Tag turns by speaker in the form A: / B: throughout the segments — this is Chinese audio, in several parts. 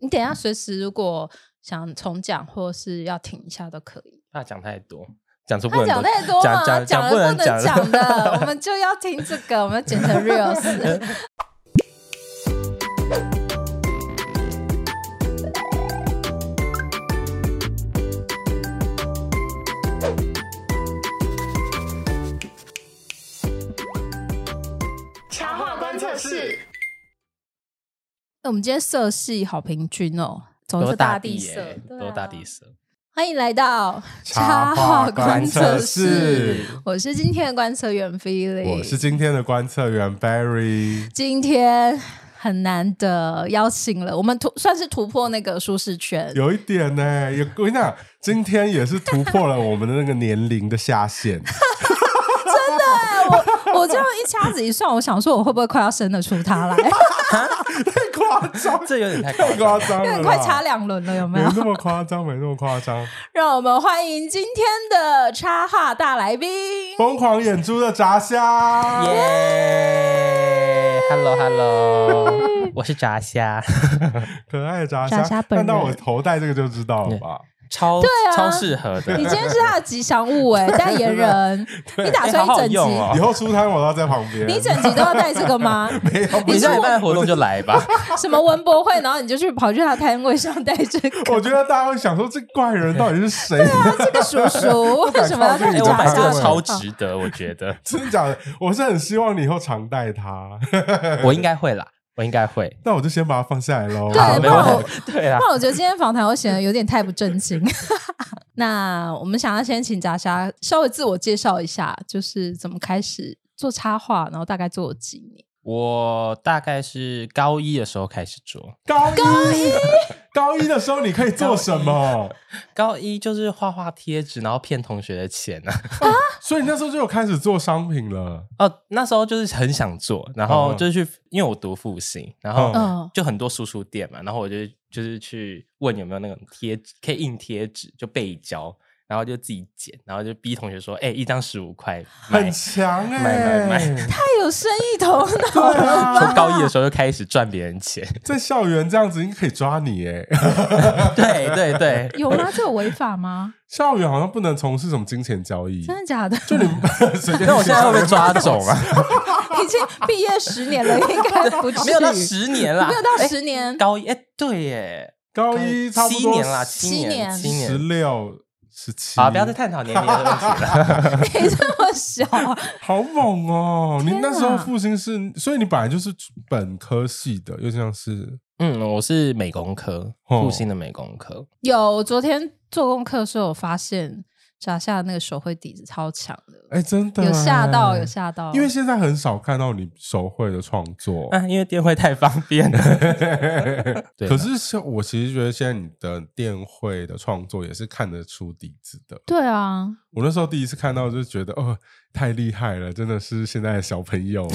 A: 你等一下随时如果想重讲或是要停一下都可以。
B: 怕讲太多，讲出不
A: 他
B: 能
A: 讲太多
B: 讲
A: 嘛，
B: 讲
A: 讲
B: 不
A: 了
B: 能
A: 不能讲
B: 讲
A: 的， 我们就要听这个，我们要剪成 reels。
C: 茶话观测室，
A: 那我们今天色系好平均哦，总
B: 多
A: 是
B: 大
A: 地
B: 地
A: 色
B: 耶，，
A: 对
B: 多
A: 啊
B: 大地色。
A: 欢迎来 到
C: 茶话观测室，
A: 我是今天的观测员 f e l i
C: 我是今天的观测员 Barry。
A: 今天很难得邀请了，我们突算是突破那个舒适圈。
C: 有一点呢、有我跟你讲，今天也是突破了我们的那个年龄的下 限。
A: 我这样一掐指一算，我想说我会不会快要生得出他来？
C: 太夸张，
B: 这有点 太
C: 太
B: 张
C: 夸张
A: 因
C: 了
A: 为
C: 啦，
A: 快掐两轮了，有没
C: 没
A: 有？
C: 那么夸张，没那么夸张。
A: 让我们欢迎今天的插画大来宾。
C: 疯狂眼珠的炸虾，
B: 耶！Hello Hello，我是炸虾，
C: 可爱的炸
A: 炸虾
C: 虾，
A: 本
C: 看到
A: 人
C: 我头戴这个就知道了吧？
B: 超
A: 啊
B: 超适合的
A: 你。今天是他的吉祥物 哎、代言人，你打
B: 哎
A: 算
B: 好
A: 一
B: 好
A: 整集，
B: 用哦
C: 以后出摊我要在旁边。
A: 你一整集都要带这个 吗？
C: 没有，
B: 你下礼拜的活动就来吧。
A: 什么文博会，然后你就去跑去他摊位上带这个，
C: 我觉得大家会想说这怪人到底是谁？
A: 这个叔叔为什么要带
B: 哎，
A: 你
B: 我买
A: 家
B: 这个
A: 乡？
B: 超值啊得，我觉得
C: 真的假的？我是很希望你以后常带它，
B: 我应该会啦，我应该会。
C: 那我就先把它放下来喽。
A: 对
B: 好，
A: 不
B: 没
A: 然
B: 问
A: 我
B: 题。对啊
A: 不，然我觉得今天访谈我显得有点太不正经。 那我们想要先请炸虾稍微自我介绍一下，就是怎么开始做插画，然后大概做了几 年。
B: 我大概是高一的时候开始做，
C: 高一，高一的时候你可以做什 么？
B: 高一就是画画贴纸，然后骗同学的钱啊。
C: 所以那时候就有开始做商品了。
B: 哦，那时候就是很想做，然
C: 嗯
B: 后就是去，因为我读复兴，然
A: 嗯
B: 后就很多书书店嘛，然后我就就是去问有没有那种贴纸可以印贴纸，就背胶，然后就自己剪，然后就逼同学说，哎、一张十五块买
C: 很。强哎、
B: 买买
A: 太
B: 哎
A: 有生意头脑，
C: 对 啊，
B: 从高一的时候就开始赚别人 钱，
C: 在校园这样子应该可以抓你哎、
B: 对对对，
A: 有吗？这有违法 吗？
C: 校园好像不能从事什么金钱交易，
A: 真的假的？
C: 就你随便
B: 那我现在会被抓走啊？
A: 已经毕业十年了，应该不至于。
B: 没有到十年啦，
A: 没有到
B: 哎
A: 十年，
B: 高一，哎，对耶，
C: 高一差不多
B: 七年啦，
A: 七
B: 年，
A: 年
B: 七
C: 十
B: 年。
C: 六十七，
B: 啊，不要再探讨年龄的问题了。
A: 你这么小啊，
C: 好猛哦！你
A: 天
C: 那时候
A: 啊
C: 复兴是，所以你本来就是本科系的，又像是
B: 嗯，我是美工科，
C: 哦
B: 复兴的美工科。
A: 有，我昨天做功课的时候，我发现炸下那个手绘底子超强的，
C: 哎，真的
A: 有吓到，
C: 哎
A: 有吓
B: 哦
A: 到。
C: 因为现在很少看到你手绘的创作。
B: 啊，因为电会太方便了。对
C: 可是像我其实觉得现在你的电绘的创作也是看得出底子的。
A: 对啊，
C: 我那时候第一次看到就觉得哦，太厉害了，真的是现在的小 朋友。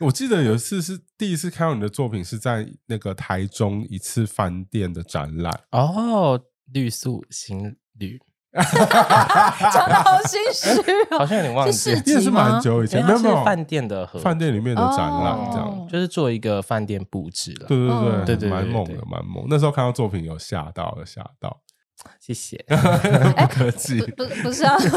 C: 我记得有一次是第一次看到你的作品是在那个台中一次饭店的展览，
B: 哦，绿素行旅
A: 讲的好心虚
B: 好
A: 哦。
B: 像有点
A: 是
B: 忘记
A: 市，集
C: 也是蛮久以前，
B: 因
C: 没
B: 哎为它
C: 有没有嗯
B: 是饭店的合
C: 饭店里面的展览这
A: 哦
C: 样。
B: 就是做一个饭店布置了。
C: 对对
A: 哦
B: 对
C: 对
B: 对对
C: 蛮猛的，
B: 对
C: 蛮猛。那时候看到作品有吓到，有吓到，
B: 谢 谢。
C: 不客气。
A: 哎不不不是要 自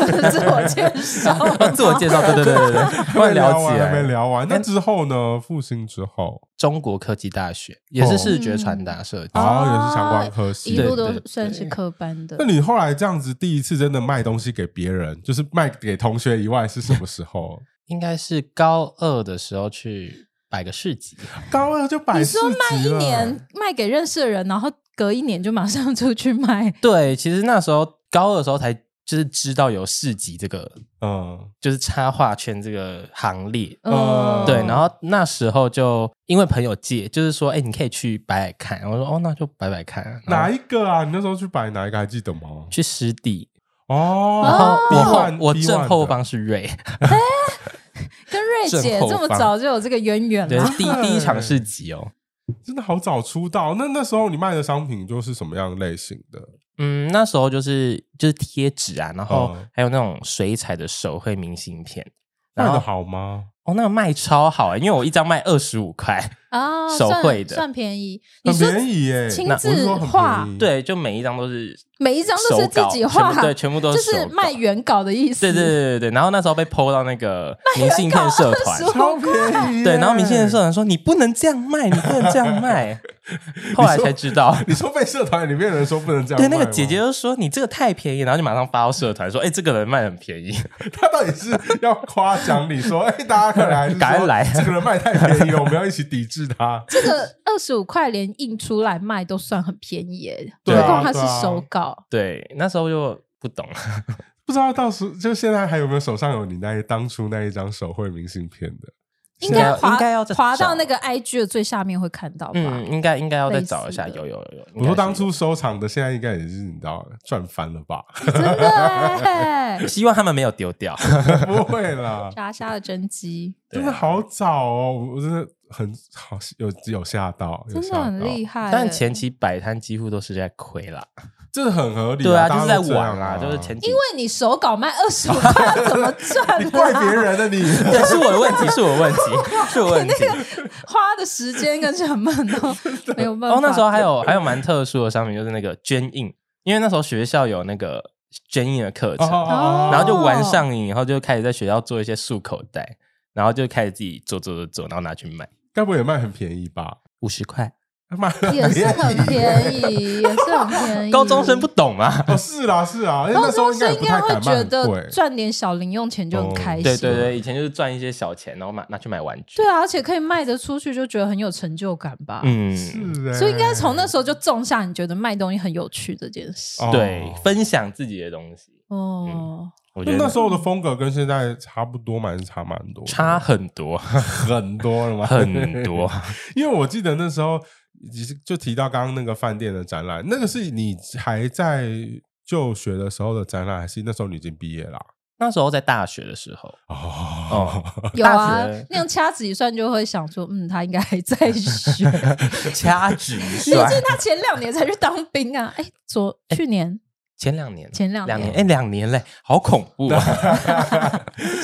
A: 我介 绍吗，
B: 自我介绍，对对对对对， 突然聊起
C: 完，还没
B: 来。
C: 聊完。那之后呢？复兴之后，
B: 中国科技大学也是视觉传达设计，
C: 然
A: 哦
C: 后也是相关科
A: 一
C: 系。
A: 路
B: 对
A: 都
B: 对
A: 算是科班的
C: 那。你后来这样子，第一次真的卖东西给别人，就是卖给同学以外，是什么时候？
B: 应该是高二的时候去摆个市集。
C: 高二就摆
A: 你
C: 市
A: 说卖
C: 集
A: 一
B: 啊
C: 了。
A: 年卖给认识的人，然后隔一年就马上出去卖，
B: 对，其实那时候高二的时候才就是知道有市集这个，
C: 嗯，
B: 就是插画圈这个行列。
C: 呃
A: 嗯，
B: 对，然后那时候就因为朋友借，就是说，哎，你可以去摆摆看。我说，哦，那就摆摆看啊。然后
C: 哪一个啊？你那时候去摆哪一个还记得吗？
B: 去湿地，
C: 哦，
B: 然后我
C: 第一
B: 后
C: 晚
B: 我
C: 第一
B: 正
C: 晚
B: 后
C: 的
B: 方是 瑞，
A: 跟瑞姐
B: 正后
A: 这么
B: 方
A: 早就有这个渊源
B: 对
A: 了。，
B: 第第一场市集哦。
C: 真的好早出道。那那时候你卖的商品就是什么样类型的？
B: 嗯，那时候就是就是贴纸啊，然后
C: 嗯
B: 还有那种水彩的手绘明信片，
C: 卖
B: 然
C: 的
B: 后
C: 好吗？
B: 哦，那个卖超好、欸，因为我一张卖二十五块，
A: 啊，
B: 手
A: 算
B: 绘的
A: 算便宜，你
C: 很
A: 说
C: 便宜耶，
A: 亲
C: 那我是
A: 自
C: 说很
A: 画
C: 便宜，
B: 对，就每一张都是
A: 每一张都是
B: 手稿
A: 自己画
B: 全部对，全部都
A: 就是是
B: 手稿
A: 卖。原稿的意思。
B: 对对对对对，然后那时候被 PO 到那个明信片社团，
A: 25
C: 超便宜耶。
B: 对，然后明信片社团说你不能这样卖，你不能这样 卖，后来才知道，
C: 你说被社团里面的人说不能这样
B: 对，
C: 卖吗，
B: 那个姐 姐就说你这个太便宜，然后就马上发到社团说，哎、这个人卖很便宜，
C: 她到底是要夸奖你说，哎，大家可能还 是
B: 感恩
C: 说
B: 来
C: 这个人卖太便宜了，我们要一起抵制他。
A: 这个二十五块连印出来卖都算很便宜耶，何
B: 对啊
A: 况它是
C: 对啊
A: 手稿。
B: 对，那时候就不 懂，
C: 不知道到时就现在还有没有手上有你那一当初那一张手绘明信片的？
B: 啊
A: 应该滑
B: 应该要再找
A: 滑到那个 IG 的最下面会看到吧？
B: 嗯，应该应该要再
A: 类似
B: 找一下，
A: 的
B: 有有有有，
C: 我说当
B: 应
C: 初收藏的，现在应该也是你知道赚翻了 吧？
A: 真的哎
B: 该是有，希望他们没有丢 掉，
C: 不会啦，
B: 啊
A: 莎莎的真机
B: 对
C: 真的好早哦，我我真的很好有有吓到，有
A: 真
C: 吓
A: 的很
C: 到
A: 厉害耶，
B: 但前期摆摊几乎都是在亏啦，
C: 这很合理，
B: 对啊，
C: 大
B: 就
C: 家
B: 是
C: 都
B: 在
C: 这样啊
B: 玩啦，就是前 期
A: 因。为你手稿卖二十五块，怎么赚、啊？
C: 你怪别 人的你，
B: 对，是我的问题，是我的问题，是我的问题。
A: 花的时间跟成本 都没有办法。
B: 哦，那时候还有还有蛮特殊的商品，就是那个捐印，因为那时候学校有那个捐印的课程，
A: 哦
B: 然后就玩上瘾，然后就开始在学校做一些束口袋，然后就开始自己做做做做，然后拿去卖
C: 该不会也卖很便宜吧？
B: 五十 块。
C: 他妈 的
A: 也是很便宜，也是很 便宜。
B: 高中生不。懂啊，
C: 哦，是啦是啦，因为那
A: 高
C: 时
A: 中
C: 候应该
A: 生
C: 也
A: 应
C: 不太
A: 该会
C: 敢卖
A: 觉
C: 很
A: 得
C: 贵，哦
A: 赚点小零用钱就很开心，
B: 对对对，以前就是赚一些小钱，然后买拿去买玩具。
A: 对啊，而且可以卖得出去，就觉得很有成就感吧。
B: 嗯，
C: 是欸，
A: 所以应该从那时候就种下你觉得卖东西很有趣这件事。
C: 哦
B: 对，分享自己的东西，
A: 哦，
B: 我觉
C: 那
B: 得
C: 那时候的风格跟现在差不多嘛，还是差蛮多的，
B: 差很 多
C: 很多了嘛，
B: 很多。
C: 因为我记得那时候，其实就提到刚刚那个饭店的展览，那个是你还在就学的时候的展览，还是那时候你已经毕业啦、
B: 那时候在大学的时候，
C: 哦，
A: 有啊
B: 大学，
A: 那样掐指一算就会想说，嗯，他应该还在 学，
B: 掐指一
A: 毕
B: 算，
C: 啊
A: 竟他前两年才去当兵啊。哎，昨去 年
B: 前两年，
A: 前两
B: 两年，
A: 年
B: 哎，两年嘞，好恐怖啊！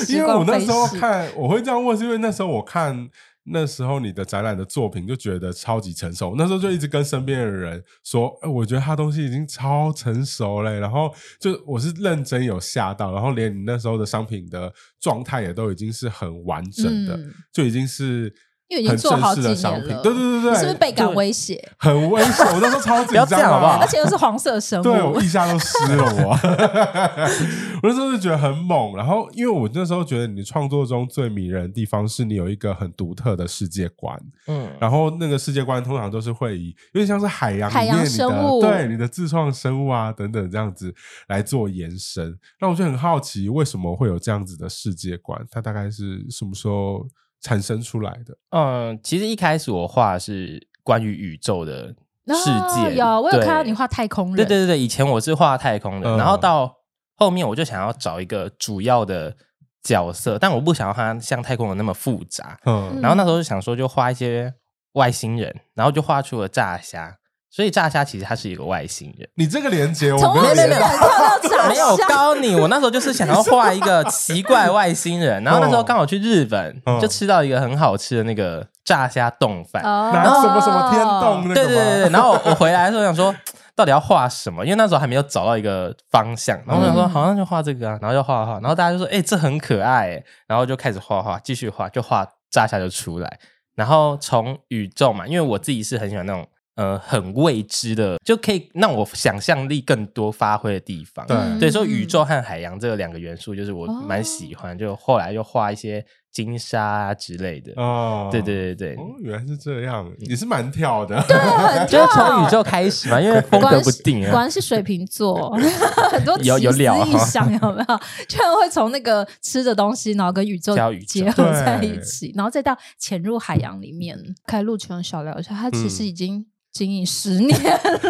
C: 因为我那时
A: 时光
C: 候
A: 飞逝
C: 看，我会这样问，是因为那时候我看那时候你的展览的作品，就觉得超级成熟。那时候就一直跟身边的人说，哎、我觉得他东西已经超成熟嘞、然后就我是认真有吓到，然后连你那时候的商品的状态也都已经是很完整的，
A: 嗯
C: 就已经是。
A: 因为已经
C: 很
A: 做好
C: 正
A: 几
C: 式
A: 年
C: 的
A: 了
C: 商品，对对对对，
A: 你是不是倍感威胁？
C: 很危险，我那时 候超紧
B: 不要这
C: 张
B: 样好不好
C: 啊
A: 而！且又是黄色 生
C: 对我
A: 物，
C: 腋下都湿了我， 我那时候就觉得很猛。然后，因为我那时候觉得你创作中最迷人的地方是你有一个很独特的世界观，
B: 嗯，
C: 然后那个世界观通常都是会以有点像是海洋里
A: 海洋
C: 面你
A: 生
C: 的
A: 物
C: 对你的自创生物啊等等这样子来做延伸。那我就很好奇，为什么会有这样子的世界观？它大概是什么时候产生出来的？
B: 嗯，其实一开始我画的是关于宇宙的世
A: 哦
B: 界，
A: 有我有
B: 对
A: 看到你画太空人，
B: 对对对对，以前我是画太空人，
C: 嗯
B: 然后到后面我就想要找一个主要的角色，但我不想要他像太空人那么复杂。
C: 嗯，
B: 然后那时候就想说，就画一些外星人，然后就画出了炸虾。所以炸虾其实它是一个外星人。
C: 你这个连接我
A: 从
C: 没
A: 外
C: 有
A: 星
C: 连
A: 人跳到炸
B: 没有
A: 虾，
B: 高你，我那时候就是想要画一个奇怪外星人，然后那时候刚好去日本，
C: 嗯
B: 就吃到一个很好吃的那个炸虾冻饭，
C: 拿
A: 然
C: 什么什
A: 哦
C: 么天洞那个吗？
B: 对对对对，然后我回来的时候想说，到底要画什么？因为那时候还没有找到一个方向。然后我想说，
A: 嗯
B: 好像就画这个啊，然后就画画，然后大家就说，哎、这很可爱、欸，然后就开始画画，继续画，就画炸下就出来。然后从宇宙嘛，因为我自己是很喜欢那种呃很未知的，就可以让我想象力更多发挥的地方。
C: 对
B: 对，所以宇宙和海洋这两个元素，就是我蛮喜欢，就后来又画一些金沙啊之类的。
C: 哦，
B: 对对对对，
C: 哦，原来是这样，
A: 嗯
C: 也是蛮跳的。
A: 很
B: 就
A: 跳
B: 是从宇宙开始嘛，因为风格不定
A: 哦果
B: 啊。
A: 然是水瓶座， 很多
B: 有有
A: 奇思
B: 料啊
A: 异想，有没有？居然会从那个吃的东西，然后跟宇宙
B: 加宇宙
A: 结合
C: 对
A: 在一起，然后再到潜入海洋里面。开陆泉小聊一下，他
B: 嗯
A: 其实已经经营十年，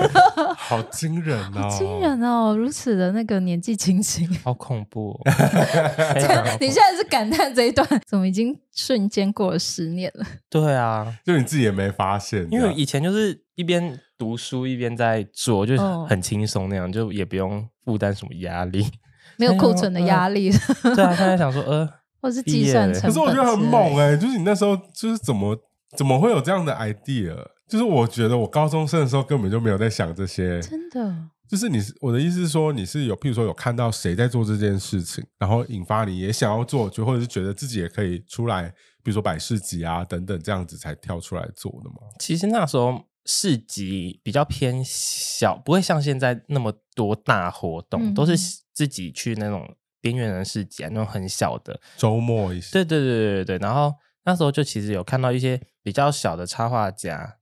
C: 好惊人哦！
A: 好 惊！人哦！如此的那个年纪轻轻，
B: 好恐怖、 哦！
A: 哎你现在是感叹这一段，怎么已经瞬间过了十年了？
B: 对啊，
C: 就你自己也没发现，
B: 因为
C: 这样
B: 以前就是一边读书一边在做，就是很轻松那样，就 也不用负担什么压力。
A: 没有库存的压力，啊
B: 对啊，现在想说，呃，
A: 或者是计算
B: 毕业
A: 成本
C: 可
A: 之类的。
C: 是我觉得很猛哎、就是你那时候就是怎么怎么会有这样的 idea？就是我觉得我高中生的时候根本就没有在想这些，
A: 真的，
C: 就是你是我的意思是说，你是有，譬如说有看到谁在做这件事情，然后引发你也想要做，就或者是觉得自己也可以出来，比如说摆市集啊等等这样子才跳出来做的嘛。
B: 其实那时候市集比较偏小，不会像现在那么多大活动，
A: 嗯
B: 都是自己去那种边缘人市集、啊，那种很小的。
C: 周末一些，
B: 对对对对对。然后那时候就其实有看到一些比较小的插画家，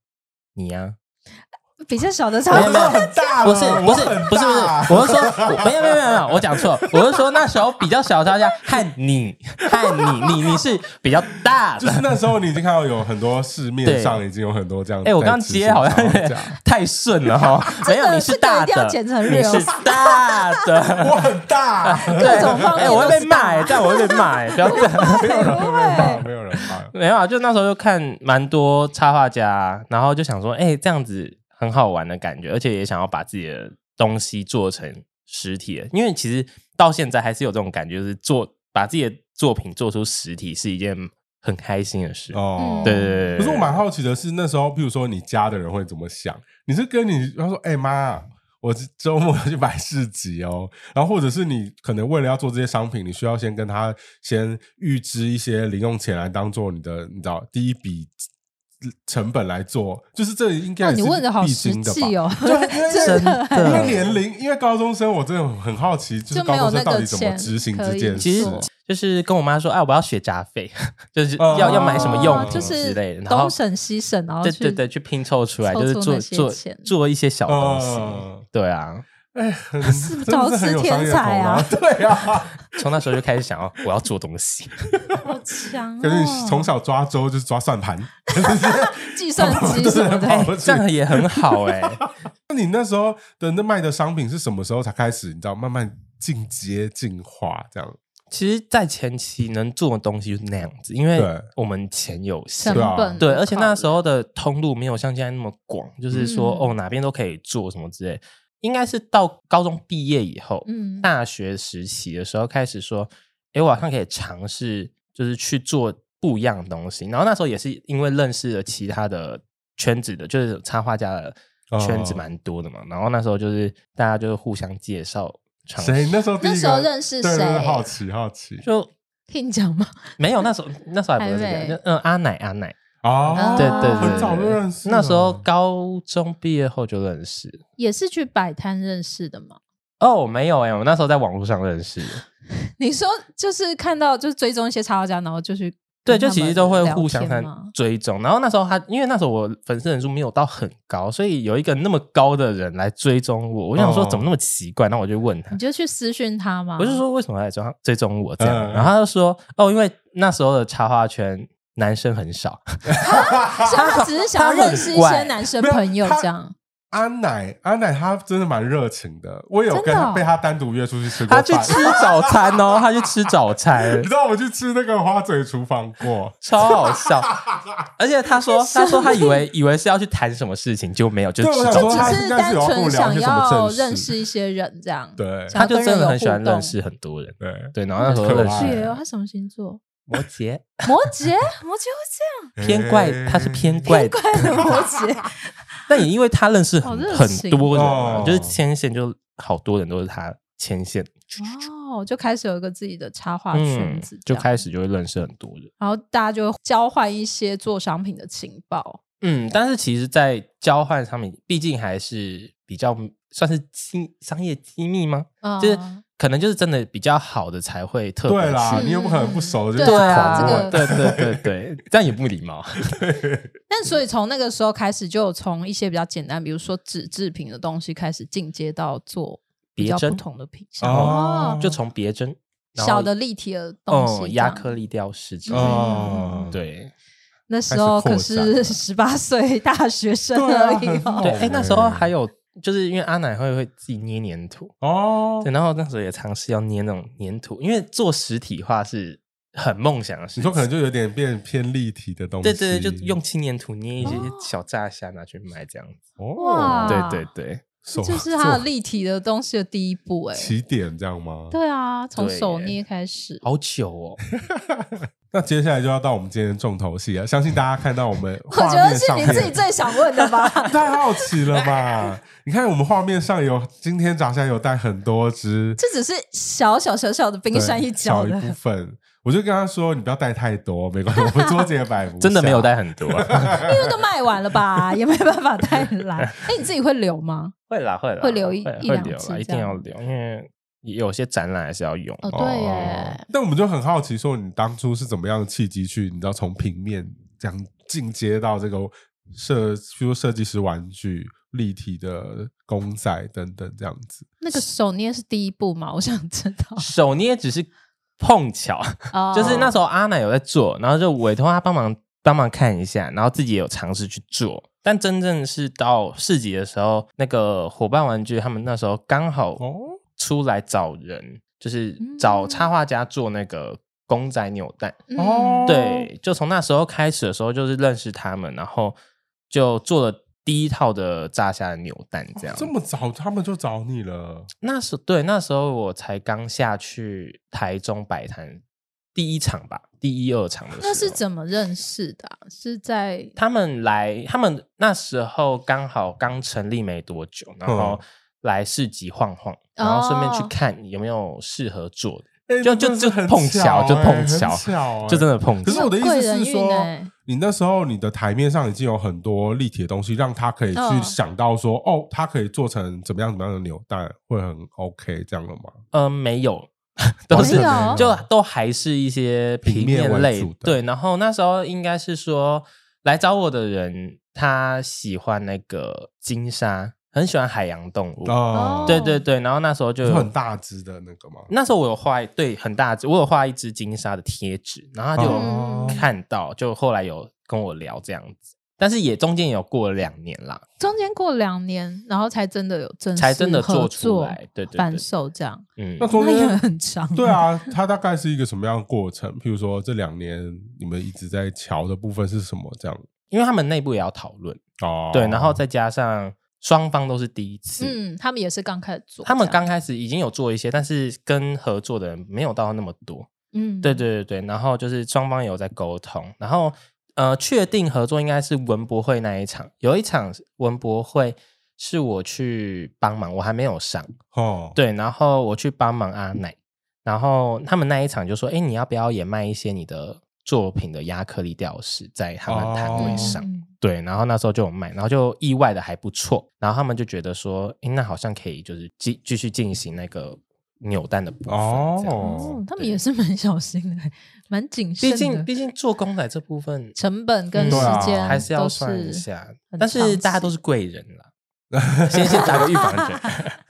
B: 你啊呀、
A: 比较小的
C: 我
A: 差
B: 没
A: 不
B: 有没
C: 真
A: 多
B: 有
C: 的很大了，
B: 不是不
C: 我
B: 是
C: 很
B: 不是不是
C: 大，
B: 我是说我没有没有没有没有，我讲错，我是说那时候比较小的插画家和你和你你你是比较大
C: 就
B: 的。
C: 是那时候你已经看到有很多市面
B: 对
C: 上已经有很多这样。
B: 哎、我刚接好像有点 太顺了哈，没有，
A: 真的
B: 你
A: 这
B: 是
A: 个
B: 大
A: 一定要
B: 的，
A: 剪成
B: 你
A: real
B: 是大的，
C: 我很大，啊
A: 各种方面
B: 哎我会
A: 都
B: 被
A: 是
B: 骂、
A: 大
B: 哎这样我会被骂、哎不要这样。
C: 没有人
A: 不
C: 没有
A: 会
C: 人骂，没有人骂。
B: 没有啊，就那时候就看蛮多插画家啊、然后就想说，哎、这样子很好玩的感觉，而且也想要把自己的东西做成实体的，因为其实到现在还是有这种感觉，就是做把自己的作品做出实体是一件很开心的事。
C: 哦，
B: 嗯对对对对对
C: 可是我蛮好奇的是，那时候，譬如说你家的人会怎么想？你是跟你他说：“哎、妈，我周末要去买市集哦。” 然后或者是你可能为了要做这些商品，你需要先跟他先预支一些零用钱来当做你的，你知道第一笔成本来做，就是这应该
A: 哦，
C: 也
A: 你
C: 是
A: 问的好
C: 必
A: 实
C: 经的吧
A: 际？哦，
C: 对，因为
B: 真
C: 因为
B: 的
C: 年龄，因为高中生，我真的很好奇，就是
A: 就没
C: 高
A: 有
C: 中
A: 那
C: 生到
A: 个
C: 底怎么
A: 钱
C: 执行
A: 可
C: 这
A: 以
C: 件
B: 其
C: 事
B: 实
A: 做。
B: 就是跟我妈说，啊，我要学杂费，就是
C: 哦
B: 要、要买什么用
A: 哦就
B: 品
A: 是
B: 之类的，然后
A: 东省西省，然后
B: 对
A: 去
B: 对对，去拼凑出来，
A: 凑
B: 就是
A: 出
B: 做
A: 那些
B: 做
A: 钱
B: 做一些小东西。
C: 嗯
B: 对啊，
C: 哎，很真的是
A: 找
C: 很
A: 吃
C: 有
A: 天
C: 商业
A: 才
C: 头脑
A: 啊
C: 对啊，
B: 从那时候就开始想要我要做东西。
A: 好强哦！
C: 可是你从小抓周就是抓算盘，
A: 计算机什么
C: 哎
A: 的，
C: 我去
B: 哦这样也很好哎、
C: 那你那时候的那卖的商品是什么时候才开始？你知道慢慢进阶进化这样？
B: 其实，在前期能做的东西就是那样子，因为
C: 对
B: 我们钱有限
A: 成，
C: 对啊
A: 本
B: 对，而且那时
A: 候
B: 候的通路没有像现在那么广，就是说、
A: 嗯
B: 哦哪边都可以做什么之类。应该是到高中毕业以后，
A: 嗯
B: 大学时期的时候开始说，诶，我好像可以尝试，就是去做不一样的东西。然后那时候也是因为认识了其他的圈子的，就是插画家的圈子
C: 哦
B: 蛮多的嘛。然后那时候就是大家就互相介绍，尝试
C: 谁那时候第一个
A: 那时候认识
C: 对对对
A: 谁
C: 好奇好奇
B: 就
A: 可以讲吗？
B: 没有，那时候那时候还不是
A: 还
B: 这
A: 没
B: 个，就嗯，阿奶阿奶，
C: 哦，
B: 对对对，
A: 啊
B: 对
C: 很早就认识了。
B: 那时候高中毕业后就认识。
A: 也是去摆摊认识的嘛。
B: 哦，没有哎、我那时候在网络上认识的，
A: 你说就是看到就是追踪一些插画家，然后就去
B: 对，
A: 跟
B: 就
A: 他
B: 其
A: 们
B: 实都会
A: 聊
B: 互相
A: 天
B: 看
A: 吗
B: 追踪。然后那时候他，因为那时候我粉丝人数没有到很高，所以有一个那么高的人来追踪我，我想说
C: 哦
B: 怎么那么奇怪，那我就问他
A: 你，就去私讯他吗？
B: 我就说为什么来追追踪我这样，
C: 嗯
B: 然后他就说哦，因为那时候的插画圈男生很少，
A: 所以他只是想要认识一
B: 他
A: 些
B: 很怪
A: 男生朋友
C: 没有他
A: 这样。
C: 安奶安奶她真的蛮热情的，我有跟
A: 真的哦
C: 被她单独约出去吃过
B: 他去
C: 饭。
B: 吃早餐哦，他去吃早餐
C: 你，知道我去吃那个花嘴厨房过，
B: 超好笑。而且他说，他说他以为以为是要去谈什么事情，就没有，就
C: 对我
B: 吃
C: 想
B: 早
C: 说
B: 餐
C: 他
A: 只
C: 应
A: 是
C: 该是
A: 单
C: 有要跟我
A: 纯
C: 聊一
A: 想
C: 些什么
A: 要
C: 正事
A: 认识一些人这样。
C: 对
A: 想
B: 他
A: 要
B: 就
A: 跟
B: 真
A: 人
B: 的
A: 有
B: 很喜欢
A: 互动
B: 认识很多人。
C: 对，
B: 对，然后那时候认
C: 可爱
B: 识
A: 对哦，他什么星座？
B: 摩羯，
A: 摩羯， 摩羯会
B: 偏怪，他是偏怪的，
A: 这样，摩羯。
B: 但也因为他认识很
A: 好热
B: 很
A: 情
B: 多人嘛
C: 哦，
B: 就是牵线，就好多人都是他牵线，
A: 哦，就开始有一个自己的插
C: 嗯
A: 画圈子、
B: 就开
A: 始，
B: 始就会认识很多人。
A: 然后大家就交换一些做商品的情报。
B: 嗯，但是其实，在交换上面，毕竟还是比较算是机商业机密吗？
A: 嗯
B: 就是可能就是真的比较好的才会特别
C: 对啦，
A: 是
C: 你又不可能不熟就
A: 对
B: 对
A: 啊
B: 啊，
A: 这个
B: 对对对对，这样也不礼貌。
A: 但所以从那个时候开始，就有从一些比较简单，比如说纸制品的东西开始进阶到做比较
B: 别针
A: 不同的品相
C: 哦
B: 就从别针，然后
A: 小的立体的东西这
B: 嗯
A: 样，
B: 亚克力雕饰之类的，
C: 哦
B: 嗯对
A: 那时候可
C: 开始扩
A: 是
C: 展
A: 十八岁大学生
C: 对啊
A: 而已
C: 很
B: 对。
A: 哦。
C: 猛
B: 哎，那时候还有就是因为阿奶会会自己捏粘土，
C: 哦
B: 对，。然后那时候也尝试要捏那种粘土，因为做实体画是很梦想的事
C: 你
B: 情。
C: 说可能就有点变偏立体的东西，
B: 对对对，就用轻粘土捏一些小炸虾拿去卖这样子。
C: 哦
A: 哦哇
B: 对对对，
C: 手
A: 就是它的
C: 做
A: 立体的东西的第一步、哎，
C: 起点这样吗？
A: 对啊，从
B: 对
A: 手
B: 耶
A: 捏开始。
B: 好久 哦，
C: 那接下来就要到我们今天的重头戏了，啊相信大家看到我们
A: 我觉
C: 画
A: 得
C: 面
A: 是
C: 上面
A: 你自己最想问的吧？
C: 太好奇了吧？你看我们画面上有今天炸虾有带很多只
A: 这只是小小小小的冰山一
C: 对
A: 角
C: 小一
A: 的，
C: 部分，我就跟他说你不要带太多，没关系，我 们桌子也摆不
B: 真的没有
C: 下。
B: 带很多、啊，
A: 因为都卖完了吧，也没办法带 来。哎，你自己会留吗？
B: 会啦会啦，
A: 会留一一
B: 会
A: 两
B: 留
A: 只
B: 啦，一
A: 这
B: 定
A: 样
B: 要留，因为有些展览还是要用。
A: 哦，对耶，
C: 但我们就很好奇，说你当初是怎么样的契机去，你知道从平面这样进阶到这个设，比如说设计师玩具、立体的公仔等等这样子。
A: 那个手捏是第一步嘛？我想知 道。
B: 手捏只是碰巧，
A: 哦
B: 就是那时候阿奶有在做，然后就委托他帮忙帮忙看一下，然后自己也有尝试去做。但真正是到市集的时候，那个伙伴玩具他们那时候刚好
C: 哦
B: 出来找人，就是找插画家做那个公仔扭蛋。
A: 嗯
C: 哦，
B: 对，就从那时候开始的时候，就是认识他们，然后就做了第一套的炸虾的扭蛋，这样。
C: 哦这么早他们就找你了，
B: 那时对，那时候我才刚下去台中摆摊第一场吧，第一二场的时候。
A: 那是怎么认识的啊、是在
B: 他们来，他们那时候刚好刚成立没多久，
C: 嗯
B: 然后来市集晃晃，然后顺便去看有没有适合做的，
C: 哎
B: 就
C: 那真
B: 就
C: 的
B: 就是
C: 很
B: 碰巧，就
C: 欸
B: 碰
C: 很
B: 巧，
C: 巧欸
B: 就真的碰
C: 可是
B: 巧。
C: 我的意思
A: 贵
C: 是
A: 人运
C: 说
A: 欸，
C: 你那时候你的台面上已经有很多立体的东西，让他可以去
A: 嗯
C: 想到说，哦，它可以做成怎么样怎么样的扭蛋，会很 OK 这样了吗？哦
B: 嗯、没有， 都
A: 没
B: 是
A: 有
B: 就都还是一些平
C: 平面
B: 面
C: 为
B: 类
C: 主的
B: 对。然后那时候应该是说来找我的人，他喜欢那个金沙，很喜欢海洋动物。
C: 哦，
B: 对对对，然后那时候就
C: 就
B: 有
C: 很大只的那个吗？
B: 那时候我有画一对很大只，我有画一只金沙的贴纸，然后他就有
C: 哦
A: 嗯
B: 看到，就后来有跟我聊这样子，但是也中间有过了两年啦，
A: 中间过两年，然后才真的有正式
B: 才真的
A: 合
B: 做
A: 作
B: 出来，对对
A: 反
B: 对，
A: 手这样，
B: 嗯
C: 那，中
A: 那也
C: 间
A: 很长。
C: 对，啊，它大概是一个什么样的过程？譬如说这两年你们一直在瞧的部分是什么？这样
B: 因为他们内部也要讨论，
C: 哦，
B: 对，然后再加上双方都是第一次，
A: 嗯，他们也是刚开始做这样，
B: 他们刚开始已经有做一些，但是跟合作的人没有到那么多，
A: 嗯，
B: 对对对对，然后就是双方有在沟通，然后呃，确定合作应该是文博会那一场，有一场文博会是我去帮忙，我还没有上，
C: 哦，
B: 对，然后我去帮忙阿奶，然后他们那一场就说，哎，你要不要也卖一些你的作品的亚克力吊饰在他们摊位
C: 哦
B: 上？
A: 嗯
B: 对，然后那时候就有卖，然后就意外的还不错，然后他们就觉得说，哎，那好像可以就是继继续进行那个扭蛋的部分，这
A: 哦
B: 样
C: 哦，，
A: 他们
B: 对
A: 也是蛮小心的，蛮谨慎
B: 毕
A: 的。
B: 竟毕竟做公仔这部分
A: 成本跟时
C: 嗯对啊
A: 间
B: 还是要
A: 都
B: 算一下
A: 很，
B: 但
A: 长
B: 是
A: 期
B: 大家都是贵人啦， 先先打个预防针。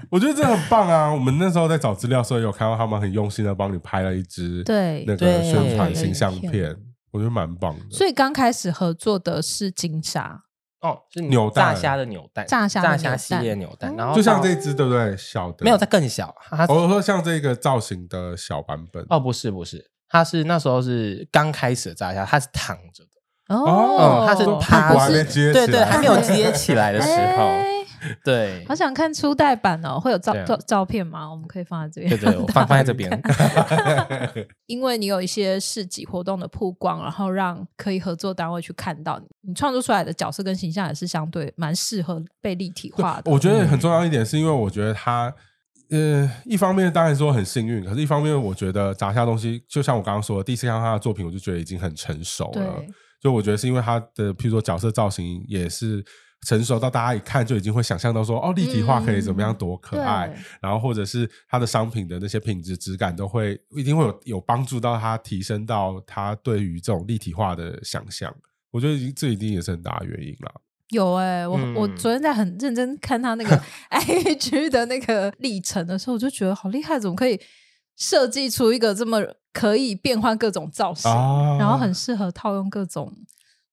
C: 我觉得这很棒啊！我们那时候在找资料的时候，有看到他们很用心的帮你拍了一支
A: 对
C: 那个
B: 对
C: 宣传形象片，我觉得蛮棒的。
A: 所以刚开始合作的是金沙，
B: 哦，是
C: 扭蛋
B: 炸虾的扭蛋，
A: 炸虾的
B: 炸
A: 扭
B: 虾系
A: 蛋哦
B: 列扭蛋，然后
C: 就像
B: 到
C: 这只对不对？哦小的
B: 没有它更小，它
C: 我说像这个造型的小版本
B: 哦不是不是，它是那时候是刚开始的炸虾，它是躺着的，
C: 哦
A: 哦
B: 嗯，，它是
C: 屁股
B: 趴
C: 还没
B: 着，
C: 接
B: 对
C: 起
B: 对，
C: 来
B: 还没有接起来的时 候，
A: 哎
B: 对
A: 好想看初代版哦，会有照
B: 对啊
A: 照照片吗？我们可以放在这边，
B: 对对，我放放在这 边，
A: 因为你有一些市集活动的曝光，然后让可以合作单位去看到你，你创作出来的角色跟形象也是相对蛮适合被立体化的。
C: 我觉得很重要一点，是因为我觉得他，呃，一方面当然说很幸运，可是一方面我觉得砸下东西，就像我刚刚说的，第一次看到他的作品，我就觉得已经很成熟了
A: 对。
C: 就我觉得是因为他的，譬如说角色造型也是成熟到大家一看就已经会想象到说，哦，立体化可以怎么样，
A: 嗯
C: 多可爱。
A: 对
C: 然后或者是它的商品的那些品质质感都会一定会有有帮助到他提升到他对于这种立体化的想象。我觉得已经这一定也是很大的原因啦。
A: 有哎、我、
B: 嗯
A: 我昨天在很认真看他那 个 IG 的那个历程的时候，我就觉得好厉害，怎么可以设计出一个这么可以变换各种造型，
C: 啊
A: 然后很适合套用各种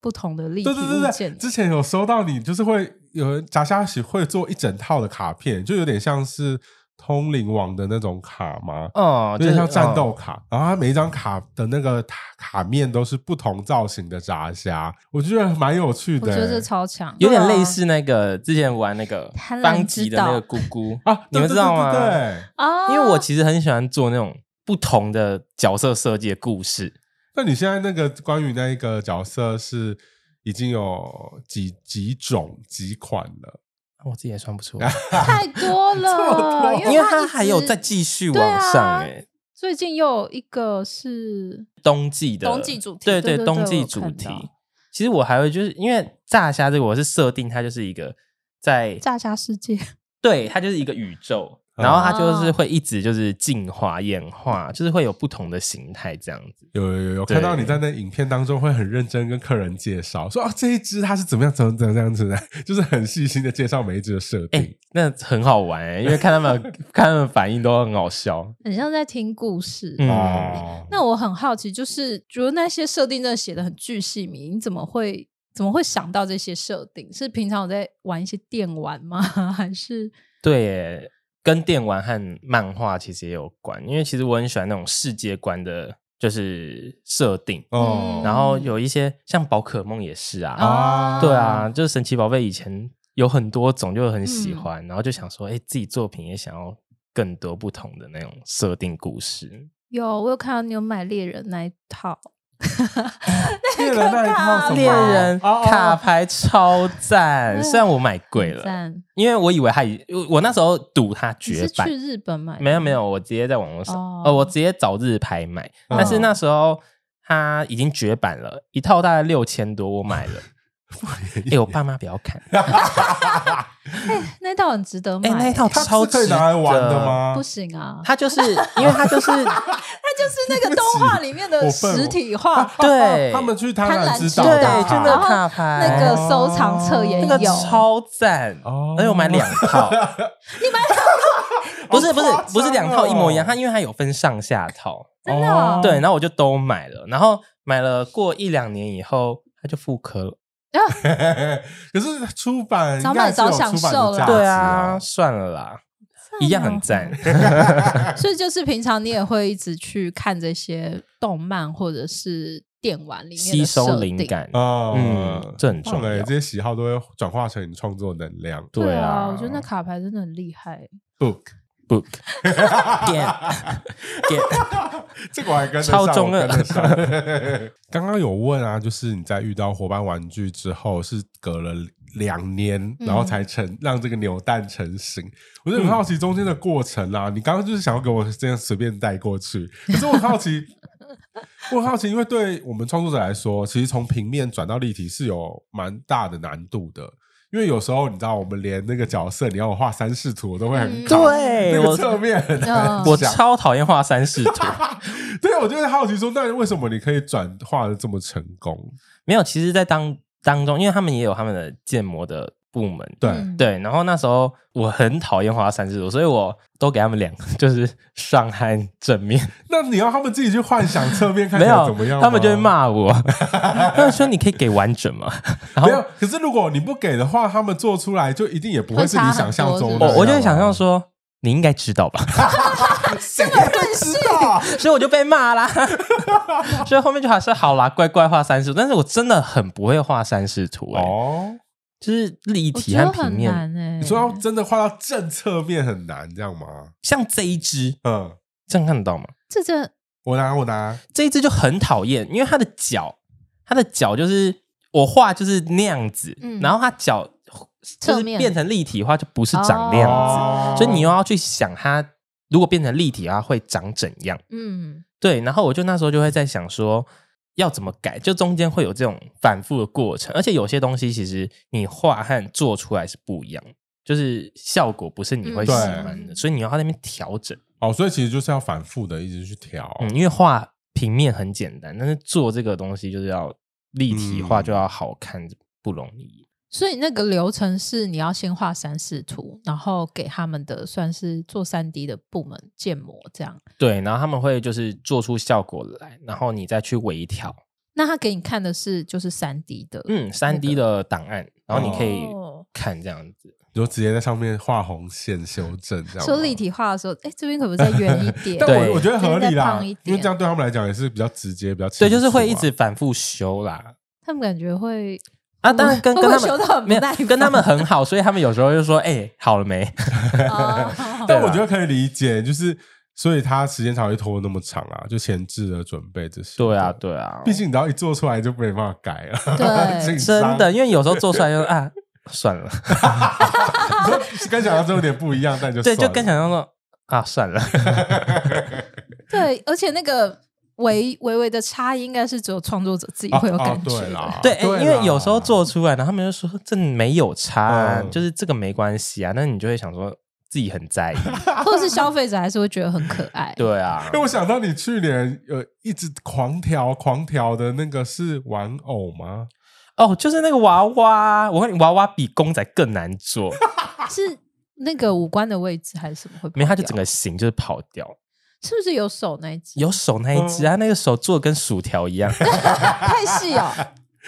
A: 不同的立体
C: 对对对
A: 物
C: 对，
A: 件。
C: 之前有收到你就是会有人炸虾喜会做一整套的卡片，就有点像是通灵王的那种卡吗？
B: 哦，
C: 有
B: 就
C: 点
B: 是
C: 像战斗
B: 哦
C: 卡，然后它每一张卡的那个塔卡面都是不同造型的炸虾，我觉得蛮有趣
A: 我
C: 的、
A: 觉
C: 欸。
A: 得这超强，啊
B: 有点类似那个之前玩那个
A: 贪婪
B: 方吉的那个
A: 之
B: 姑姑
C: 啊，
B: 你
C: 对
B: 们知道吗？
C: 对对对
A: 啊
B: 因为我其实很喜欢做那种不同的角色设计的故事。
C: 那你现在那个关于那一个角色是已经有几几种几款了？
B: 我自己也算不出，
A: 太多了，
C: 这么多
B: 因为
A: 它
B: 它
A: 一直
B: 还有再继续往上哎、
A: 对啊最近又有一个是
B: 冬季的
A: 冬季主题
B: 对
A: 对对
B: 冬
A: 对
B: 季
A: 我
B: 主
A: 看
B: 题
A: 到。
B: 其实我还会就是因为炸虾这个，我是设定它就是一个在
A: 炸虾世界，
B: 对它就是一个宇宙，
C: 嗯
B: 然后它就是
A: 哦
B: 会一直就是进化演化，就是会有不同的形态这样子。
C: 有有有有
B: 对
C: 看到你在那影片当中会很认真跟客人介绍，说啊这一只它是怎么样怎么怎么样子的，就是很细心的介绍每一只的设
B: 哎、
C: 定。
B: 那很好玩哎、因为看他 们看他们反应都很好笑。
A: 很像在听故事。
B: 嗯
C: 哦，
A: 那我很好奇，就是觉得那些设定真的写的很巨细迷，你怎么会怎么会想到这些设定？是平常有在玩一些电玩吗？ 还是
B: 对耶，跟电玩和漫画其实也有关，因为其实我很喜欢那种世界观的，就是设定。
A: 嗯
C: 哦，
B: 然后有一些像宝可梦也是
A: 哦
B: 啊，
C: 啊
B: 对啊，就是神奇宝贝以前有很多种，就很喜
A: 嗯
B: 欢，然后就想说，哎、自己作品也想要更多不同的那种设定故事。
A: 有，我有看到你有买猎人那一套，
C: 猎人那一
A: 啊
C: 套什么
B: 猎人
C: 哦哦哦
B: 卡牌超赞，虽然我买贵
A: 嗯很
B: 了，
A: 赞
B: 因为我以为它已，我我那时候赌它
A: 你
B: 绝
A: 是
B: 版
A: 去，日本买的吗？
B: 没有没有，我直接在网络上，
A: 哦嗯
B: 呃，我直接找日牌买，但是那时候它已经绝版了，一套大概六千多，我买了，哎、我爸妈不要看，
A: 那一套很值得买、
B: 哎、那一套
C: 它
B: 超
C: 是可以
B: 值
C: 拿来玩的
B: 得？
C: 吗
A: 不？行啊，
B: 它就是因为它 就是
A: 它就是那个动画里面的
C: 我笨我
A: 实体化，
B: 对
C: 他们去贪
A: 贪
C: 婪
A: 婪
C: 之
A: 之
C: 岛
A: 岛
C: 的
A: 然后
B: 对，就
C: 卡
B: 那个卡牌，
A: 那个收藏册也
B: 哦那
A: 有，
B: 个超赞，
C: 哦
B: 而且我买两套， 不是不是
C: 好夸张哦
B: 不是两套一模一样，它因为它有分上下套，
A: 真的哦
B: 对，然后我就都买了，然后买了过一两年以后，它就复刻了，
C: 可是出版
A: 早买早享受啦
C: 了，
B: 对啊，，嗯算了啦，一样很 赞，
A: 哦 所以就是平常你也会一直去看这些动漫或者是电玩里面的
B: 吸收
A: 设
B: 灵
A: 定。
B: 感，
C: 啊，
B: 嗯，这很重
C: 棒欸
B: 要
C: 这，些喜好都会转化成你创作能量。
A: 对
B: 啊，
A: 我觉得那卡牌真的很厉害。
C: book
B: book 点 点。
C: 这个我还跟得上
B: 超中二
C: 我跟 得上刚刚有问啊，就是你在遇到伙伴玩具之后，是隔了两年，
A: 嗯
C: 然后才成、让这个扭蛋成型。我
B: 嗯
C: 就很好奇中间的过程啊。你刚刚就是想要给我这样随便带过去，可是我很好奇， 我很好奇，因为对我们创作者来说，其实从平面转到立体是有蛮大的难度的。因为有时候你知道，我们连那个角色你要我画三视图，我都会很
A: 嗯
C: 卡
B: 对
C: 那个
B: 我
C: 侧面很难
A: 嗯
B: 我
C: 想
B: 超讨厌画三视图，
C: 对，我就会好奇说，那为什么你可以转化的这么成功？
B: 没有。其实，在当当中，因为他们也有他们的建模的部门，
C: 对，
A: 嗯
B: 对。然后那时候我很讨厌画三视图，所以我都给他们两个， 就是上和正 面，
C: 那你要他们自己去幻想侧面看
B: 没
C: 起来怎么
B: 有，
C: 样，
B: 他们就会。骂 我，他们说你可以给完整吗？然
C: 没
B: 后
C: 有，可是如果你不给的话，他们做出来就一定也不会是你想象中的。
B: 我我就会
C: 啊
B: 想象，说。你应该知道吧，
C: 谁会知道？
B: 所以我就被骂啦。所以后面就还是好啦，乖乖画三视图，但是我真的很不会画三视图、欸，
C: 哦，
B: 就是立
A: 我
B: 体
A: 觉得
B: 和平
A: 很
B: 面，
A: 难哎、
C: 你说要真的画到正侧面很难，这样吗？
B: 像这一只，
C: 嗯，
B: 这样看得到吗？
A: 这这
C: 我拿我拿，
B: 这一只就很讨厌，因为它的脚，它的脚就是我画就是那样子，
A: 嗯
B: 然后它脚就
A: 侧
B: 是
A: 面
B: 变成立体画就不是长那样子，
C: 哦
B: 所以你又要去想它如果变成立体的话会长怎样。
A: 嗯，
B: 对，然后我就那时候就会在想说要怎么改，就中间会有这种反复的过程，而且有些东西其实你画和做出来是不一样，就是效果不是你会
A: 嗯
B: 喜
C: 对
B: 欢的，所以你要在那边调整。
C: 哦，所以其实就是要反复的一直去调。
B: 嗯，因为画平面很简单，但是做这个东西就是要立体化，
C: 嗯
B: 就要好看，不容易。
A: 所以那个流程是你要先画三视图，然后给他们的算是做三 D 的部门建模这样。
B: 对，然后他们会就是做出效果来，然后你再去微调，
A: 那他给你看的是就是三 D 的，
B: 嗯嗯，三 D 的档案，然后你可以
A: 哦
B: 看这样子。
C: 就直接在上面画红线修正这样吗。
A: 说立体化的时候，哎，这边可不可以再圆一点？
C: 但
B: 对
C: 我我觉得合理
A: 这边再
C: 啦
A: 胖一，点
C: 因为这样对他们来讲也是比较直接，比较
B: 对，
C: 清
B: 就是会
C: 楚
B: 一
C: 啊
B: 直反复修啦。
A: 他们感觉会
B: 啊，当然跟
A: 会
B: 跟
A: 不会
B: 他
A: 修到很
B: 们
A: 不
B: 没有
A: 耐烦
B: 跟他们很好，所以他们有时候就说：“哎、好了 没？”
A: 哦，
C: 但
B: 对啊
C: 我
B: 啦
C: 觉得可以理解，就是所以他时间才会拖那么长啊，就前置的准备这些。
B: 对啊，，对啊，
C: 毕竟你只要一做出来就没办法改啊了，
A: 对
C: 紧张
B: 真的，，因为有时候做出来 就啊，算了，
C: 你说跟想象中有点不一样，但就
B: 对，就
C: 算了
B: 跟想象说啊，算了，
A: 对，而且那个微微微的差异，应该是只有创作者自己
C: 哦
A: 会有
C: 哦
A: 感觉
C: 对
A: 的。
C: 啦，
B: 对，哎因
C: 啦
B: 为有时候做出来，然后他们就说这没有差、啊，
C: 嗯
B: 就是这个没关系啊，那你就会想说自己很在意，
A: 或者是消费者还是会觉得很可爱。
B: 对啊
C: 因，为我想到你去年呃一直狂调狂调的那个是玩偶吗？
B: 哦，就是那个娃娃，我看你娃娃比公仔更难做，
A: 是那个五官的位置还是什么会跑掉？
B: 没有，它就整个形就是跑掉，
A: 是不是有手那一 只？
B: 有手那一只啊，那个手做的跟薯条一样，
A: 太细哦，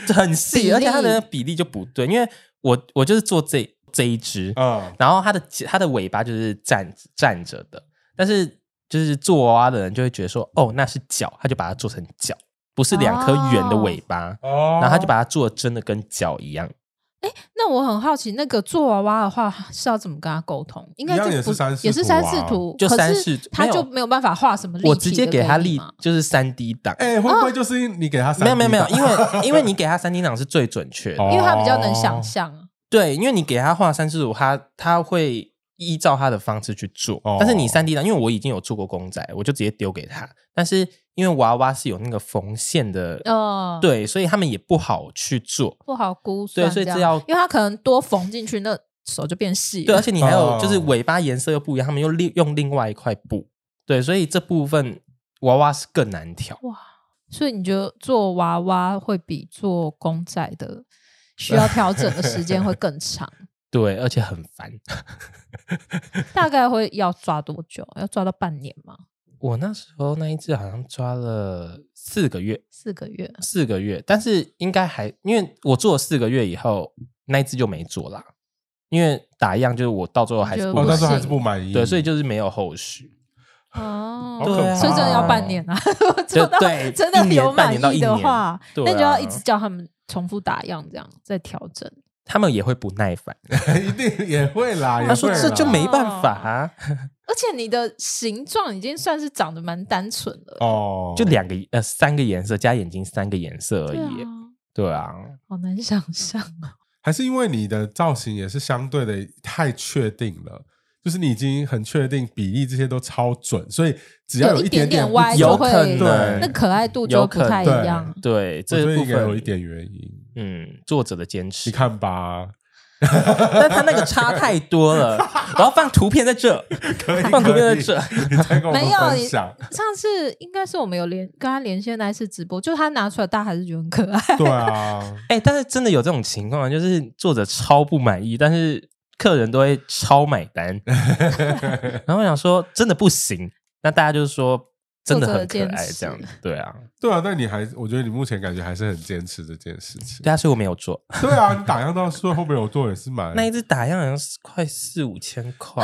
B: 很
A: 比
B: 细，
A: 例
B: 而且它的比例就不对，因为我我就是做这这一只，
C: 嗯，
B: 然后它的它的尾巴就是站站着的，但是就是做娃娃的人就会觉得说，哦，那是脚，他就把它做成脚，不是两颗圆的尾巴，
C: 哦
B: 然后他就把它做的真的跟脚一
A: 哦
B: 样。
A: 那我很好奇，那个做娃娃的话是要怎么跟他沟通？应该就
C: 一样也
A: 不
C: 是三视图啊
A: 也是三视图，
B: 就
A: 可
B: 三
A: 是
B: 视图
A: 他
B: 没有
A: 就没有办法画什么立体的
B: 我直接给他
A: 你
B: 立
A: 嘛
B: 就是三 D 档，
C: 哎，会不会就是你给他三
B: 没有没有没有，
C: D 档
B: 因为 因为你给他三 D 档是最准确的，
C: 哦
A: 因为他比较能想象啊。
B: 对，因为你给他画三视图，他他会。依照他的方式去做
C: 哦，
B: 但是你三 D 档，因为我已经有做过公仔，我就直接丢给他。但是因为娃娃是有那个缝线的，
A: 哦，，
B: 对，所以他们也不好去做。
A: 不好估算
B: 对所以
A: 这
B: 这
A: 样
B: 要
A: 因为他可能多缝进去，那手就变细
B: 对，而
A: 了。
B: 且你还有
C: 哦
B: 就是尾巴颜色又不一样，他们又另用另外一块布，对，所以这部分娃娃是更难调。
A: 所以你觉得做娃娃会比做公仔的需要调整的时间会更 长，
B: 对，而且很烦。
A: 大概会要抓多久？要抓到半年吗？
B: 我那时候那一只好像抓了四个月，
A: 四个月？
B: 四个月，但是应该还因为我做了四个月以后，那一只就没做啦，因为打样就是我到最后还是
A: 就
B: 不
C: 哦，
A: 不
C: 但是
A: 行
C: 还是不满意，
B: 对，所以就是没有后续。
A: 哦
C: 好，可
B: 对啊
C: 怕，
A: 所以真的要半年啊！如果 做到
B: 就 对
A: 真的
B: 一年
A: 有满
B: 半
A: 意
B: 年到
A: 的
B: 一年
A: 话，
B: 对
A: 那
B: 啊
A: 就要一直叫他们重复打样，这样再调整。
B: 他们也会不耐烦，
C: 一定也会啦。也
B: 他说
C: 会
B: 这
C: 啦
B: 就没办法、啊，
A: 而且你的形状已经算是长得蛮单纯了，
C: 哦，
B: 就两个呃三个颜色加眼睛三个颜色而
A: 对啊
B: 已，，对啊，
A: 好难想 象啊！
C: 还是因为你的造型也是相对的太确定了，就是你已经很确定比例这些都超准，所以只要
A: 有一
C: 一点
A: 点
C: 不
A: 歪就
B: 有
C: 准，
A: 会
B: 可能
A: 那可爱度就
B: 有
A: 不
B: 可
A: 太一
C: 能
A: 样。
B: 对，
C: 我觉
B: 这
C: 得
B: 部
C: 应该
B: 分
C: 有一点原因。
B: 嗯，作者的坚持
C: 你。看吧，
B: 但他那个差太多 了，我要放图片在这，
C: 可以
B: 放图片在
C: 可以
B: 这，
C: 哎你再跟我们
A: 没有
C: 分
A: 你
C: 享。
A: 上次应该是我们有连跟他连线那一次直播，就他拿出来，大家还是觉得很可爱。
C: 对啊，
B: 哎、但是真的有这种情况，就是作者超不满意，但是客人都会超买 单。然后我想说，真的不行，那大家就是说真的很可爱这样子， 对啊，
C: 对啊，但你还，我觉得你目前感觉还是很坚持这件事情。
B: 对啊，所以我没有做
C: 对啊，你打样到最后面有做也是蛮
B: 那一只打样，好像是快四五千 块，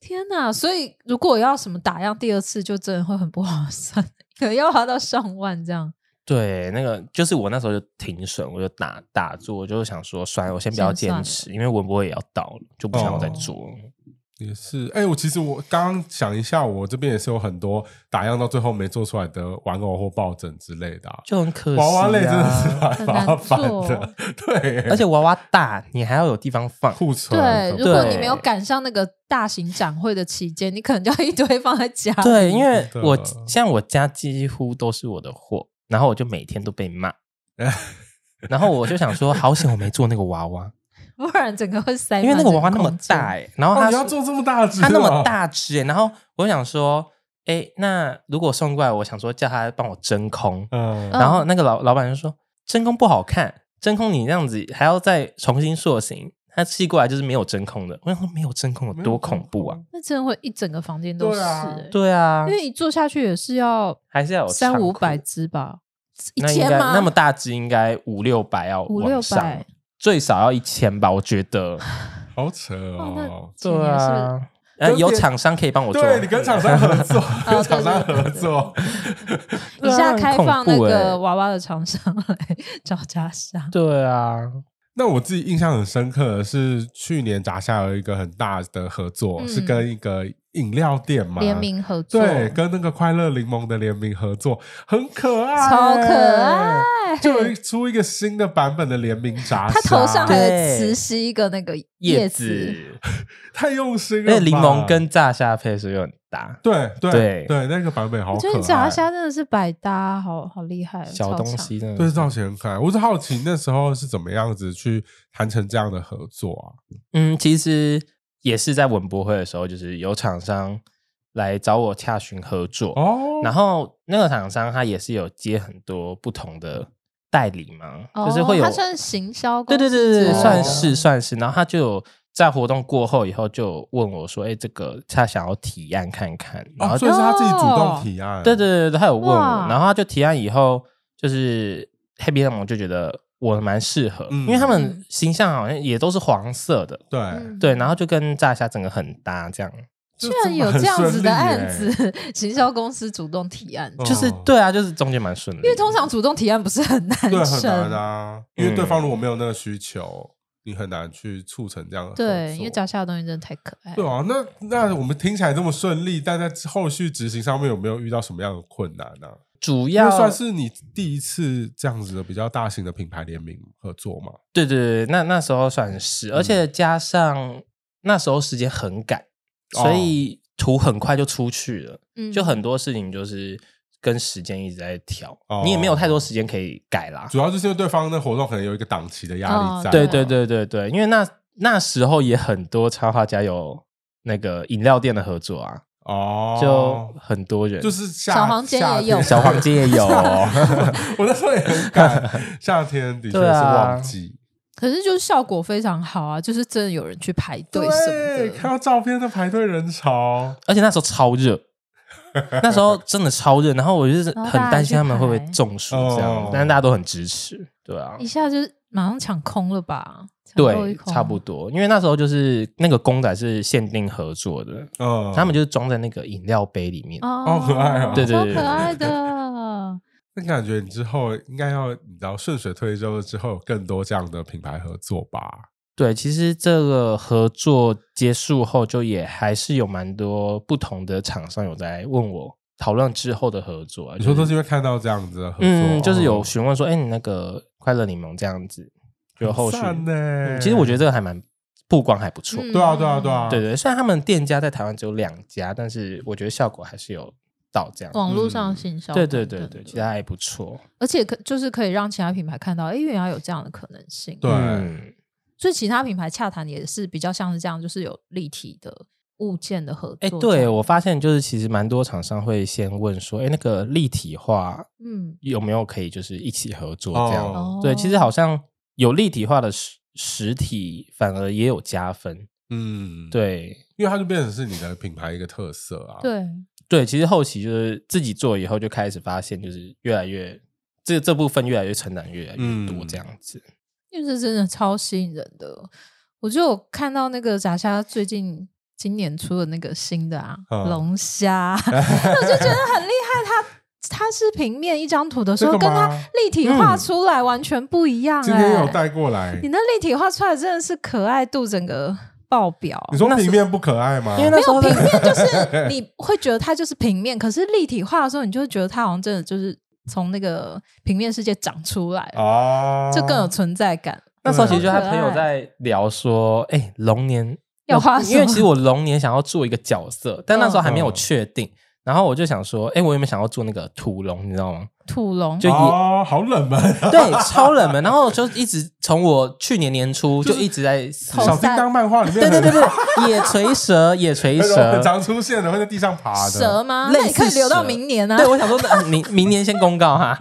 A: 天哪！所以如果要什么打样第二次，就真的会很不划算，可能要花到上万这样。
B: 对，那个就是我那时候就停损，我就打打住，我就想说，算了，我先不要
A: 先算
B: 坚持，因为文博会也要到了，就不想再
C: 哦
B: 做了。
C: 也是。哎、我其实我刚刚想一下，我这边也是有很多打样到最后没做出来的玩偶或抱枕之类的啊、
B: 就很可惜、啊。
C: 娃娃类真的是蛮
A: 很
C: 麻
A: 难
C: 烦
A: 做
C: 的，对，
B: 而且娃娃大，你还要有地方放。
C: 库存
A: 对，
C: 很可
A: 如果
B: 哦
C: 怕
A: 你没有赶上那个大型展会的期间，你可能就要一堆放在家。
B: 对，因为
C: 真的
B: 我像我家几乎都是我的货，然后我就每天都被 骂，然后我就想说，好险我没做那个娃娃，
A: 不然整个会塞满
B: 因为
A: 整
B: 那
A: 个空间。
B: 个娃娃那么大哎、然后
C: 哦，
B: 它
C: 你
B: 是、
C: 要做这么大只、哦
B: 它那么，大只哎、然后我想说，哎、那如果送过来，我想说叫他帮我真 空，
A: 嗯
C: 嗯，
B: 然后那个老老板就说真空不好看，真空你那样子还要再重新塑形。他寄过来就是没有真空的，我想说没有真空有多恐怖啊！
A: 那真的会一整个房间都是、
C: 对啊
A: 欸
B: 对啊，
A: 因为你做下去也是要
B: 还是要有
A: 三
B: 仓
A: 五
B: 库
A: 百只吧，一
B: 那应
A: 千
B: 该
A: 吗？
B: 那么大只应该五六百要
A: 五
B: 往
A: 六
B: 上
A: 百
B: 最少要一千吧，我觉得。啊
C: 好扯
A: 哦
C: 哦，。
A: 那几年是不是，
B: 呃，
C: 跟
B: 有
C: 别
B: 厂商可以帮我做，
C: 对你跟厂商合 作，
A: 哦对
C: 跟厂商合作，
A: 以下开放那
B: 很恐怖欸
A: 个娃娃的厂商来找家商。
B: 对啊，
C: 那我自己印象很深刻的是，去年砸下有一个很大的合作，
A: 嗯
C: 是跟一个饮料店嘛
A: 联。名合作，
C: 对，跟那个快乐柠檬的联名合作，很可爱，
A: 超可爱，
C: 就有一出一个新的版本的联名炸虾，
A: 哎他头上还
B: 对
A: 有磁吸一个那个
B: 叶
A: 子，
B: 子，
C: 太用心了
B: 因
C: 吧。
B: 为柠檬跟炸虾配是又很搭。
C: 对对
B: 对
C: 对，那个版本好
A: 我
C: 可
A: 觉
C: 爱。
A: 得你炸虾真的是百搭，好好厉害，
B: 小
A: 哎超
B: 东
A: 强。
B: 西真
C: 对
B: 的，
C: 造型很可爱。我是好奇那时候是怎么样子去谈成这样的合作啊
B: 嗯，其实也是在文博会的时候，就是有厂商来找我洽询合作，
C: 啊？哦，
B: 然后那个厂商他也是有接很多不同的代理嘛，
A: 哦
B: 就是会有
A: 它算是行销公
B: 对
A: 司之
B: 对
A: 类的，
B: 对对，
C: 哦
B: 算是算是。然后他就有在活动过后以后就问我说：“哎、这个他想要提案看看。”然后
C: 哦，
B: 就、
C: 所以是他自己主动提案。
B: 对对对对，他有问我
A: 哇，
B: 然后他就提案以后，就是 Happy l e m o 就觉得我蛮适合，
C: 嗯
B: 因为他们
A: 嗯
B: 形象好像也都是黄色的，
C: 对，
A: 嗯
B: 对，然后就跟炸虾整个很搭，这样
A: 居
C: 就
A: 然有
C: 真
A: 这
C: 的很
A: 样子的案
C: 顺利耶，
A: 子， 行销公司主动提案，
C: 哦
B: 就是对啊，就是中间蛮顺利的，
A: 因为通常主动提案不是很难
C: 对很
A: 成，
C: 难啊，因为对方如果没有那个需求，你很难去促成这样的合作。
A: 对，因为炸虾的东西真的太可爱了。
C: 对啊，那那我们听起来这么顺利，但在后续执行上面有没有遇到什么样的困难啊呢、
B: 主
C: 因
B: 要
C: 为算是你第一次这样子的比较大型的品牌联名合作嘛？
B: 对对对，对那那时候算是，而
C: 嗯
B: 且加上那时候时间很赶，
C: 哦
B: 所以图很快就出去了，
A: 嗯
B: 就很多事情就是跟时间一直在调，
C: 哦
B: 你也没有太多时间可以改啦。
C: 主要就是因为对方的活动可能有一个档期的压力
A: 哦
C: 在、
B: 对对，对对对，因为那那时候也很多插画家有那个饮料店的合作啊，
C: 哦，
B: 就很多人，
C: 就是夏
A: 小黄间
C: 夏
A: 也有
C: 天哦
B: 小黄金也 有，
C: 我那时候也很赶，夏天的确是
B: 对啊
C: 旺季。
A: 可是就是效果非常好啊，就是真的有人去排队什么的。
C: 看到照片的排队人潮，
B: 而且那时候超 热。那时候真的超热，然后我就是
A: 然后
B: 很
A: 大家
B: 担心
A: 去
B: 他们会不会
A: 排
B: 中暑这样，
C: 哦
B: 但是大家都很支持，对啊。
A: 一下就是马上抢空了吧？抢购一
B: 对，
A: 空啊
B: 差不多，因为那时候就是那个公仔是限定合作的，
C: 嗯，
B: 他们就是装在那个饮料杯里面。
A: 哦，
C: 好可爱哦啊
B: 对对对
A: 超可爱的。
C: 那感觉你之后应该要，你知道顺水推舟之后有更多这样的品牌合作吧？
B: 对，其实这个合作结束后，就也还是有蛮多不同的厂商有在问我讨论之后的合作、啊。
C: 你说
B: 就
C: 都是因为看到这样子的合作，
B: 嗯，就是有
C: 哦
B: 询问说，哎、你那个快乐柠檬这样子，就后续。
C: 很赞
B: 嗯
C: 哦呢。
B: 其实我觉得这个还蛮曝光还不错。
A: 嗯
C: 对啊，对啊，对啊，
B: 对对，虽然他们店家在台湾只有两家，但是我觉得效果还是有到这样。嗯
A: 网
C: 嗯
A: 络上行销、
B: 对对对对，其实，还不错。
A: 而且可就是可以让其他品牌看到，哎，原来有这样的可能性。
C: 对
B: 嗯
A: 所以其他品牌洽谈也是比较像是这样，就是有立体的物件的合作。
B: 哎、对，我发现就是其实蛮多厂商会先问说，哎、那个立体化
A: 嗯，
B: 有没有可以就是一起合作
C: 哦
B: 这样？
A: 哦
B: 对，其实好像有立体化的实实体反而也有加分。
C: 嗯，，
B: 对
C: 因为它就变成是你的品牌一个特色啊。，
A: 哦对，
B: 对，其实后期就是自己做以后就开始发现，就是越来越这这部分越来越承担越来越多
C: 嗯
B: 这样子。
A: 因为这真的超吸引人的。我就有看到那个炸虾最近今年出的那个新的啊，
C: 嗯
A: 龙 虾，我就觉得很厉害。它它是平面一张图的时候，
C: 这个
A: 跟
C: 吗嗯
A: 它立体画出来完全不一样、哎，
C: 今天有带过来
A: 你，那立体画出来真的是可爱度整个爆表。
C: 你说
B: 那是
C: 平面不可爱吗？
B: 因为那时候
A: 平
B: 在
A: 面就是你会觉得它就是平面，可是立体化的时候，你就会觉得它好像真的就是从那个平面世界长出来了，
B: 哦
C: 啊，
A: 就更有存在感。
B: 那时候其
A: 对
B: 实就
A: 啊
B: 他朋友在聊说，哎、龙年
A: 要画什么
B: 因为其实我龙年想要做一个角色，但那时候还没有确定。然后我就想说，哎、我有没有想要做那个土龙，你知道吗？
A: 土龙
B: 就
C: 哦，好冷门啊。
B: 对，超冷门。然后就一直从我去年年初
C: 就
B: 就是一直在思
A: 头
C: 小
B: 考，
A: 上
C: 叮当漫画里面
B: 对对对
C: 很
B: 对，野锤蛇，野锤
C: 很
B: 蛇，
C: 常出现的，会在地上爬的。
A: 蛇吗？
B: 类
A: 那
B: 似
A: 你可以留
B: 蛇
A: 到明年啊
B: 对，，我想说，那明明年先公告哈。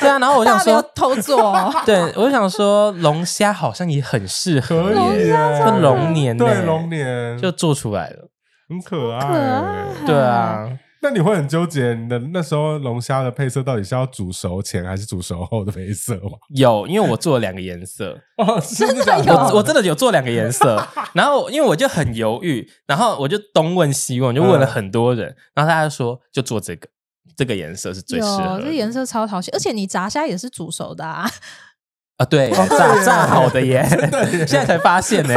B: 对啊，然后我
A: 大
B: 想
A: 家不要
B: 说，
A: 偷做 哦。
B: 对，我想说龙虾好像也很适合
C: 可以
B: 耶，
C: 耶，
B: 这龙年呢
C: 对龙年
B: 就做出来了。
A: 啊
C: 很可爱。
B: 嗯
A: 可爱
B: 对啊。
C: 那你会很纠结，你的那时候龙虾的配色到底是要煮熟前还是煮熟后的配色吗？
B: 有，因为我做了两个颜色，
C: 哦，真
A: 真的
C: 的假
A: 有
C: 的
B: 我我真 的有做两个颜 色，然后因为我就很犹豫，然后我就东问西问，我就问了很多人，然后大家就说就做这个，这个颜色是最适合
A: 有
B: 的
A: 这颜色超讨喜，而且你炸虾也是煮熟的啊，
B: 啊，对，炸炸好的 耶，现在才发 现呢，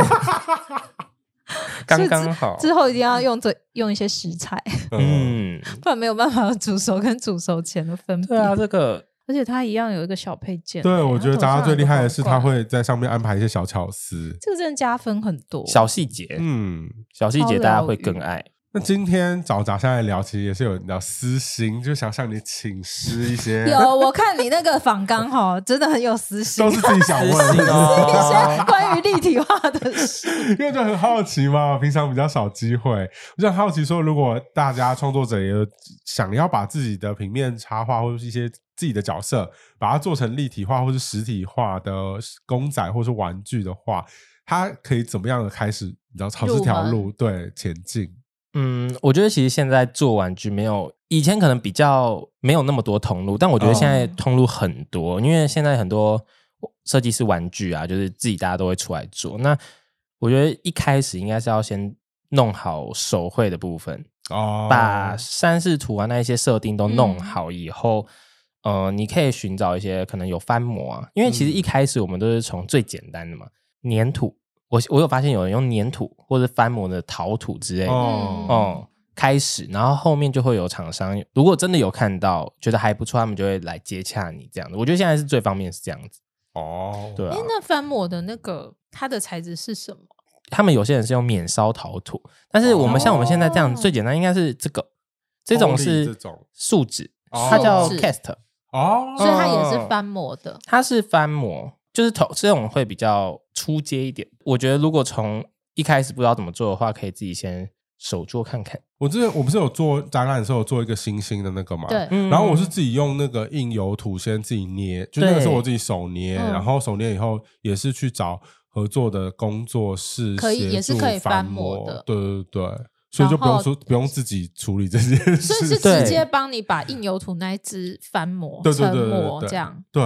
B: 刚刚好，
A: 之后一定要用这用一些食材，
C: 嗯，
B: 嗯，
A: 不然没有办法有煮熟跟煮熟前的分别。
B: 对啊，这个
A: 而且它一样有一个小配件。
C: 对，我觉得炸
A: 炸
C: 虾最厉害的是它会在上面安排一些小巧思。
A: 这个真的加分很多。
B: 小细节，
C: 嗯，
B: 小细
A: 超
B: 节大家
A: 疗
B: 会
A: 愈
B: 更爱。
C: 那今天找炸虾来聊，其实也是有聊私心，就想向你请示一些，
A: 有，我看你那个仿纲哈，真的很有私心
C: 都，是自己想问
B: 私心
A: 一
B: 哦
C: 的，
A: 些关于立体化的事。
C: 因为就很好奇嘛，平常比较少机会，我就很好奇说，如果大家创作者也有想要把自己的平面插画或者是一些自己的角色，把它做成立体化或是实体化的公仔或是玩具的话，它可以怎么样的开始？你知道朝这条
A: 入
C: 路对前进？
B: 嗯，我觉得其实现在做玩具没有以前可能比较没有那么多通路，但我觉得现在
A: 哦
B: 通路很多，因为现在很多设计师玩具啊，就是自己大家都会出来做。那我觉得一开始应该是要先弄好手绘的部分，
C: 哦，
B: 把山式图啊那一些设定都弄
A: 嗯
B: 好以后，呃，你可以寻找一些可能有翻模啊，因为其实一开始我们都是从最简单的嘛，粘土。我我有发现有人用粘土或者翻模的陶土之类
A: 嗯
B: 的，
C: 哦，
B: 哦、开始，然后后面就会有厂商，如果真的有看到觉得还不错，他们就会来接洽你这样子。我觉得现在是最方便是这样子，
C: 哦，
B: 对
A: 哎
B: 啊，。
A: 那翻模的那个它的材质是什么？
B: 他们有些人是用免烧陶土，但是我们、
C: 哦
B: 像我们现在这样子最简单应该是这个，这种
C: 玻璃这
B: 是
C: 种
B: 树脂，
C: 哦
B: 它叫
A: 树脂
B: cast，
C: 哦，
A: 所以它也是翻模的。
B: 它是翻模，就是头这种会比较出街一点。我觉得如果从一开始不知道怎么做的话，可以自己先手做看看。
C: 我之前我不是有做展览的时候有做一个星星的那个嘛，
A: 对，
B: 嗯
C: 然后我是自己用那个印油土先自己捏，就那个
B: 对
C: 是我自己手捏，
A: 嗯
C: 然后手捏以后也是去找合作的工作室，
A: 可以
C: 协助
A: 也是可以
C: 翻
A: 翻模的
C: 对对对，所以就不用说不用自己处理这件
A: 所以是
C: 事情，
A: 直
B: 对
A: 接帮你把印油土那一只翻模
C: 对对
A: 成
C: 对对对
A: 模
C: 对
A: 这样。
C: 对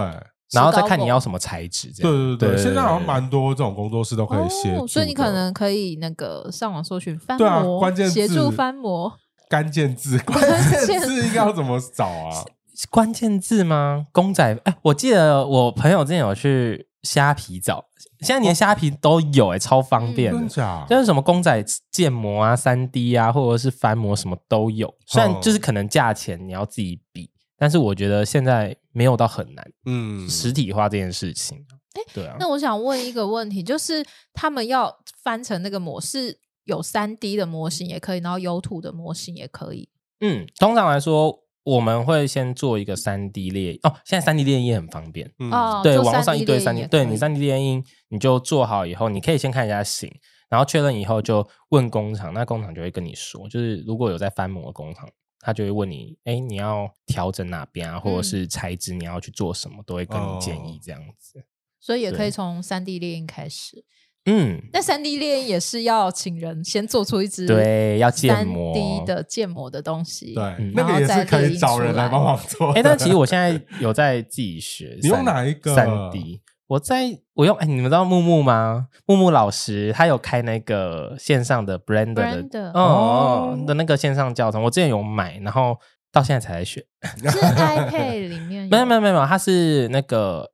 B: 然后再
A: 石
B: 看
A: 膏
B: 你
A: 模
B: 要什么材质这
C: 对
B: 样。
C: 对对对，现在好像
B: 对
C: 蛮多这种工作室都可以协
A: 哦，
C: 助的，
A: 所以你可能可以那个上网搜寻翻
C: 对啊
A: 模，
C: 关键字
A: 协助翻模，
C: 关键 字关键字应该要怎么找啊？
B: 是关键字吗？公仔？哎、我记得我朋友之前有去虾皮找，现在连虾皮都有、哎，超方便
A: 嗯
B: 的。
C: 真假？
B: 就是什么公仔建模啊、三 D 啊，或者是翻模什么都
A: 哦
B: 有。虽然就是可能价钱你要自己比，但是我觉得现在没有到很难、
C: 嗯，
B: 实体化这件事情。对啊，
A: 那我想问一个问题，就是他们要翻成那个模是有三 D 的模型也可以，然后有土的模型也可以。
B: 嗯，通常来说我们会先做一个三 D 列印哦，现在三 D 列印也很方便。
C: 嗯
A: 哦，
B: 对，
A: 做
B: 网络
A: 3D
B: 上一堆
A: 列
B: 三
A: 印
B: D，
A: 也
B: 对
A: 可
B: 你
A: 以
B: 三 D 列印，你就做好以后，你可以先看一下型，然后确认以后就问工厂，那工厂就会跟你说，就是如果有在翻模的工厂，他就会问你，哎，你要调整哪边啊，或
A: 嗯
B: 者是材质你要去做什么，都会跟你建议这样子。
A: 所以也可以
B: 对
A: 从三 D 猎鹰开始。
B: 嗯，
A: 那三 D 猎鹰也是要请人先做出一只
B: 对，要建
A: 三
B: 模
A: D。的建模的东西。
C: 对
B: 嗯，
C: 那个也是可以找人来帮忙做的。，
B: 哎，但其实我现在有在自己学
C: 你用
B: 三
C: 哪一个
B: 三 D？我在我用哎，你们知道木木吗？木木老师他有开那个线上的 Blender 的
A: Blender
B: 哦的那个线上教程，我之前有买，然后到现在才来学。
A: 是 iPad 里面
B: 没有没
A: 有
B: 有没有，它是那个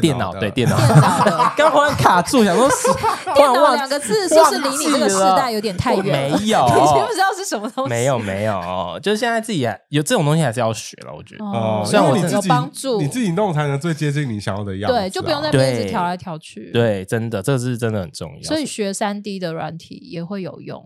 B: 电脑
C: 的
B: 对电脑，
A: 电脑的
B: 刚忽然卡住，想说是突
A: 电
B: 然
A: 脑
B: 忘
A: 两个字，是不是离你这个时代
B: 忘记了
A: 有点太远了？
B: 没 有
A: 你知不知道是什么东西？
B: 没有没有，就是现在自己还有这种东西还是要学了，我觉得。
A: 哦，
B: 虽然
C: 因
B: 我
C: 为你
B: 真
A: 有
C: 自己
A: 帮助，
C: 你自己弄才能最接近你想要的样子啊、
A: 对，就不用在那边一直
B: 对
A: 调来调去。，
B: 对，真的，这是真的很重要。
A: 所以学三 D 的软体也会有用。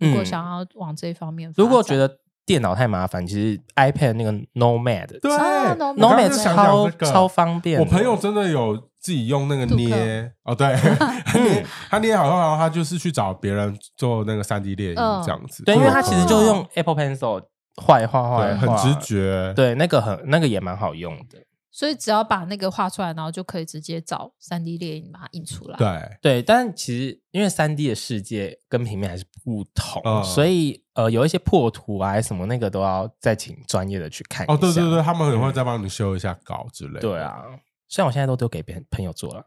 B: 嗯
A: 如果想要往这方面发展，
B: 如果觉得电脑太麻烦，其实 iPad 那个 Nomad
C: 对。
A: 啊
C: 我刚刚
B: Nomad
C: 就想讲
B: 超
C: 这个
B: 超方便的。
C: 我朋友真的有自己用那个
A: 杜克
C: 捏哦，对，他捏他捏好后，然后他就是去找别人做那个三 D 列印
A: 嗯
C: 这样子。
B: 对，因为他其实就
A: 哦
B: 是用 Apple Pencil 画一画画
C: 对
B: 一画，
C: 很直觉，
B: 对，那个很那个也蛮好用的。
A: 所以只要把那个画出来，然后就可以直接找三 D 猎影把它印出来。，
C: 对，
B: 对，啊但其实因为三 D 的世界跟平面还是不同，
C: 嗯
B: 所以呃，有一些破图啊什么那个都要再请专业的去看一下。
C: 哦，对对对，他们可能会再帮你修一下稿之类的。
B: 对啊，虽然我现在都丢给别人朋友做了，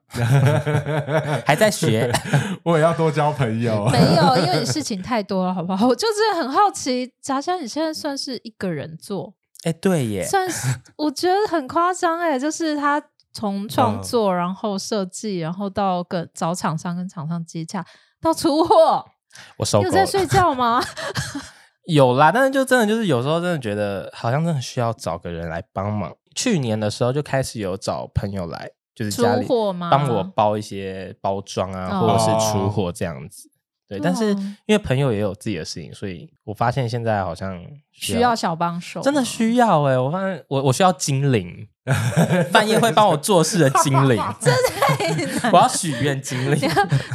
B: 还在学。
C: 我也要多交朋友。
A: 没有，因为你事情太多了，好不好？ 我就真的很好奇，炸虾你现在算是一个人做，
B: 哎、对耶，
A: 算 是我觉得很夸张哎，就是他从创
C: 嗯
A: 作，然后设计，然后到跟找厂商跟厂商接洽，到出货，
B: 我收
A: 有
B: 购
A: 在
B: 了。
A: 睡觉吗？
B: 有啦，但是就真的就是有时候真的觉得好像真的需要找个人来帮忙。去年的时候就开始有找朋友来，就是
A: 出
B: 家里
A: 货吗？
B: 帮我包一些包装
A: 哦
B: 啊，或者是出货这样子。对，
A: 对啊
B: 但是因为朋友也有自己的事情，所以我发现现在好像
A: 需要小帮手，
B: 真的 需要哎、我发现我我需要精灵，半夜会帮我做事的精 灵， 我要许愿精灵。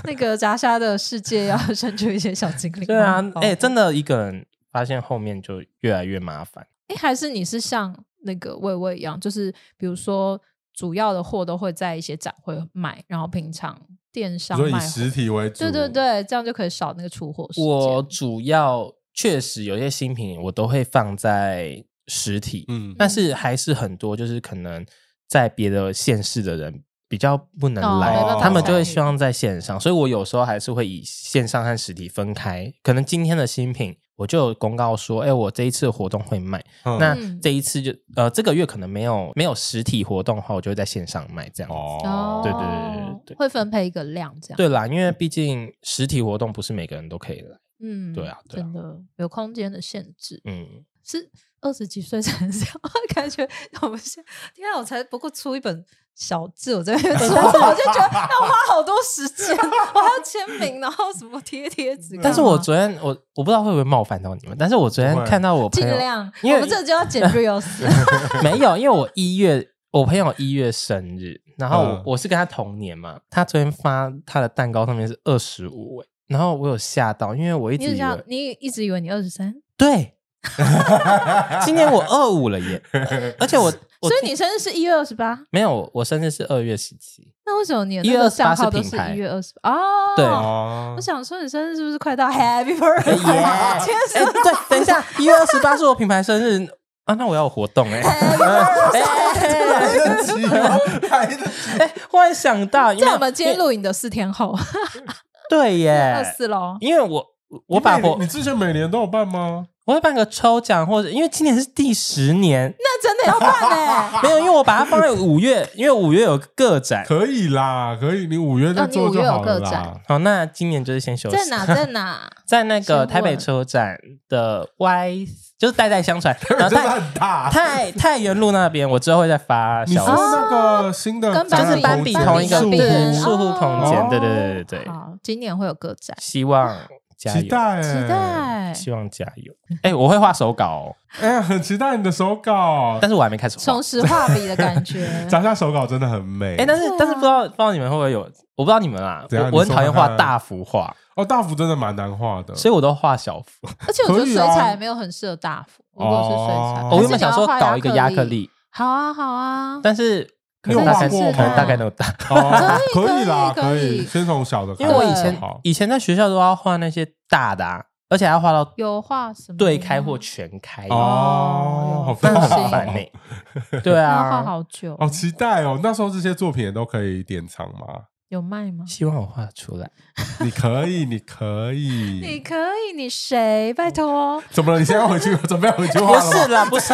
A: 那个炸虾的世界要生出一些小精灵。
B: 对啊
A: 嗯，
B: 哎、真的一个人发现后面就越来越麻烦。
A: 哎，还是你是像那个魏魏一样，就是比如说主要的货都会在一些展会卖，然后平常电商
C: 所以以
A: 卖，
C: 实体为主，
A: 对对，对，这样就可以少那个出货时间。
B: 我主要确实有些新品我都会放在实体，
C: 嗯，
B: 但是还是很多就是可能在别的县市的人比较不能来，
C: 哦没办法
B: 他们就会
A: 参与
B: 希望在线上，所以我有时候还是会以线上和实体分开。可能今天的新品我就有公告说，哎，我这一次的活动会卖，
C: 嗯
B: 那
A: 嗯
B: 这一次就呃这个月可能没有没有实体活动的话，我就会在线上卖这样子。
A: 哦，
B: 对对对对对
A: 会分配一个量这样。，
B: 对啦，因为毕竟实体活动不是每个人都可以来，
A: 嗯，
B: 对啊对啊
A: 真的有空间的限制，
B: 嗯，
A: 是二十几岁才能这样， 感觉我们现天啊，我才不过出一本。小字我这边出，我就觉得要花好多时间，我还要签名，然后什么贴贴纸干嘛。
B: 啊但是我昨天我我不知道会不会冒犯到你们，但是我昨天
C: 嗯不会
B: 看到我朋
A: 尽
B: 友
A: 量，
B: 因为
A: 我们这就要 减 reels，
B: 没有，因为我一月我朋友一月生日，然后我、
C: 嗯
B: 我是跟他同年嘛，他昨天发他的蛋糕上面是二十五然后我有吓到，因为我一
A: 你
B: 直
A: 是
B: 以
A: 想
B: 为
A: 你一直以为你二十三，
B: 对， 今年我二五了 耶，而且我 我
A: 所以你生日是一月二十八，
B: 没有，我生日是二月十 七，
A: 那为什么你的
B: 1
A: 那
B: 月
A: 个
B: 28
A: 账号都
B: 是
A: 是
B: 品牌
A: 一月二十八？哦，
B: 对
C: 哦
A: 我，想说你生日是不是快到 Happy Birthday？
B: 哎
A: 今天
B: 哎，对，等一下，一月二十八是我品牌生日啊，那我要有活动哎、 哎
C: 来得及吗？来得及，
B: 哎，忽然想到，因
A: 在
B: 为
A: 我们今天录影的四天后，
B: 对
A: 二
B: 耶，
A: 四喽。
B: 因为我我把
C: 你每
B: 活
C: 你之前每年都有办吗？
B: 我会办个抽奖，或者因为今年是第十年，
A: 那真的要办呢？
B: 没有，因为我把它放在五月，因为五月有个展。
C: 可以啦，可以，你五月再
A: 哦你
C: 做
A: 五月
C: 就
A: 有
C: 好了
A: 个
C: 啦
A: 展。
B: 好，那今年就是先休息。
A: 在 哪？在哪？
B: 在那
A: 先
B: 个
A: 问
B: 台北车站的 Y，就是代代相传，然后
C: 真
A: 哦
C: 的
B: 太
C: 很大。
B: 太太原路那边，我之后会再发
C: 你是
B: 消息。
C: 那个新的
A: 跟
C: 展
B: 就是
C: 览
B: 班比
A: 比
B: 同一个
A: 班
C: 空
A: 比
C: 间
B: 对
A: 空
B: 树
A: 间
B: 户空间，
C: 哦
B: 对对对对对，
A: 好，今年会有个展，
B: 希望加
C: 期
B: 油，
C: 待，
A: 期。待。
B: 希望加油。哎，我会画手稿哦，
C: 哎呀，很期待你的手稿，，
B: 但是我还没开始画
A: 从。实画比的感觉
C: 炸下手稿真的很美
B: 哎，。但是
A: 对啊
B: 但是不知道不知道你们会不会有，我不知道你们啊，
C: 怎样
B: 我我很
C: 你说
B: 讨厌
C: 看
B: 画
C: 看
B: 大幅画。
C: 哦，大幅真的蛮难画的。
B: 所以我都画小幅。
A: 而且我觉
C: 可
A: 得
C: 以
A: 水
C: 啊
A: 彩没有很适合大幅。如果是水彩，
C: 哦
A: 还是
B: 我原本想说
A: 你要画
B: 搞一个亚克，力，
A: 好啊好啊，
B: 但是可
C: 你有
B: 能大
C: 画
B: 概
C: 过吗
B: 可能大概那么大，
C: 哦，
A: 可以
C: 以啦，
A: 可以可以
C: 以，先从小的开
B: 因
C: 始。
B: 为我以
A: 对
B: 前
C: 好
B: 以前在学校都要画那些大的、啊，而且还要画到
A: 有画什么
B: 对开或全开，
C: 哦，好
B: 那
A: 哦
B: 很
A: 是
B: 麻烦呢、对
A: 要画
B: 啊，
A: 好久，
C: 好期待哦！那时候这些作品也都可以典藏吗？
A: 有卖吗？
B: 希望我画得出来。
C: 你 可以，你可
A: 你
C: 以。
A: 可以，你谁？拜 托，
C: 怎么了？你现在 回去准备回去画
B: 不
C: 了吗
B: 是啦，不 是，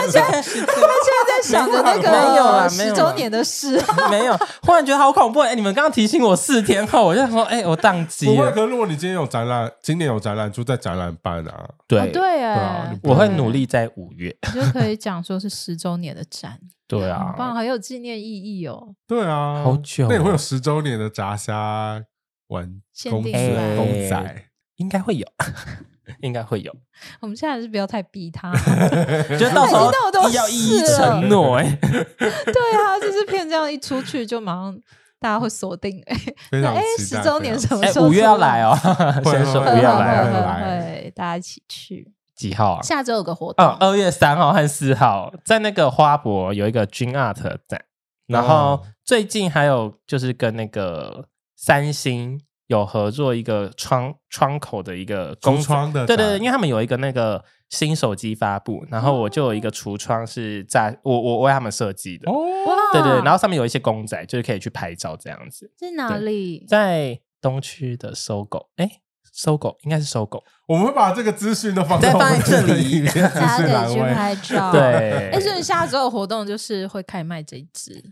A: 他们现在在想着那
B: 没有
A: 个
B: 啦没有
A: 十
B: 啦
A: 周年的事，
B: 没有。忽然觉得好恐怖。哎、你们刚刚提醒我四天后，我就想说，哎、我宕机
C: 不会，
B: 了。
C: 可是如果你今天有展览，今年有展览就在展览办啊。
B: 对、
A: 哦对
C: 啊
A: 哎
C: 你，不
B: 我会努，力在五月。
A: 你就可以讲说是十周年的 展，
B: 对啊
A: 很，棒，很有纪念意义哦。
C: 对啊，
B: 好久哦
C: 那也会有十周年的炸虾玩
A: 限
C: 公
A: 定
C: 仔
B: 出来
C: 公仔，
B: 应该会有， 应该会有。
A: 我们现在还是不要太逼 他，
C: 嗯
B: 就到时候
A: 已经那么多
B: 一要一一
A: 事了
B: 承诺、哎。
A: 对啊，就是骗这样一出去就马上大家会锁 定，哎，
C: 非常
A: 哎，
C: 期
A: 十
C: 待。
A: 周年
C: 非常
A: 什么
B: 哎
A: 时，候？
B: 五月要来，哦，先说
C: 会
B: 五月要
C: 会
B: 来
C: 会
B: 哦。
C: 来
A: 会大家一起去。
B: 几号啊？
A: 下周有个活动，
B: 嗯，二月三号和四号在那个花博有一个 Dream Art 展，然后
C: 哦
B: 最近还有就是跟那个三星有合作一个窗窗口的一个工
C: 橱窗的
B: 对对对，
C: 展
B: 因为他们有一个那个新手机发布，然
A: 哦
B: 后我就有一个橱窗是在我我我为他们设计的，
C: 哦，
A: 哇，
B: 对对，对然后上面有一些公仔，就是可以去拍照这样子，
A: 是哪里？
B: 在东区的搜狗，哎。搜狗应该是搜狗，
C: 我们会把这个资讯都放
B: 再
C: 在我
B: 放
C: 们
B: 在这
C: 的
B: 里
C: 影片资
A: 大家
C: 讯
A: 可
C: 栏
A: 以去
C: 位。
A: 拍照。
B: 对
A: 哎，所以下周的活动就是会开卖这一支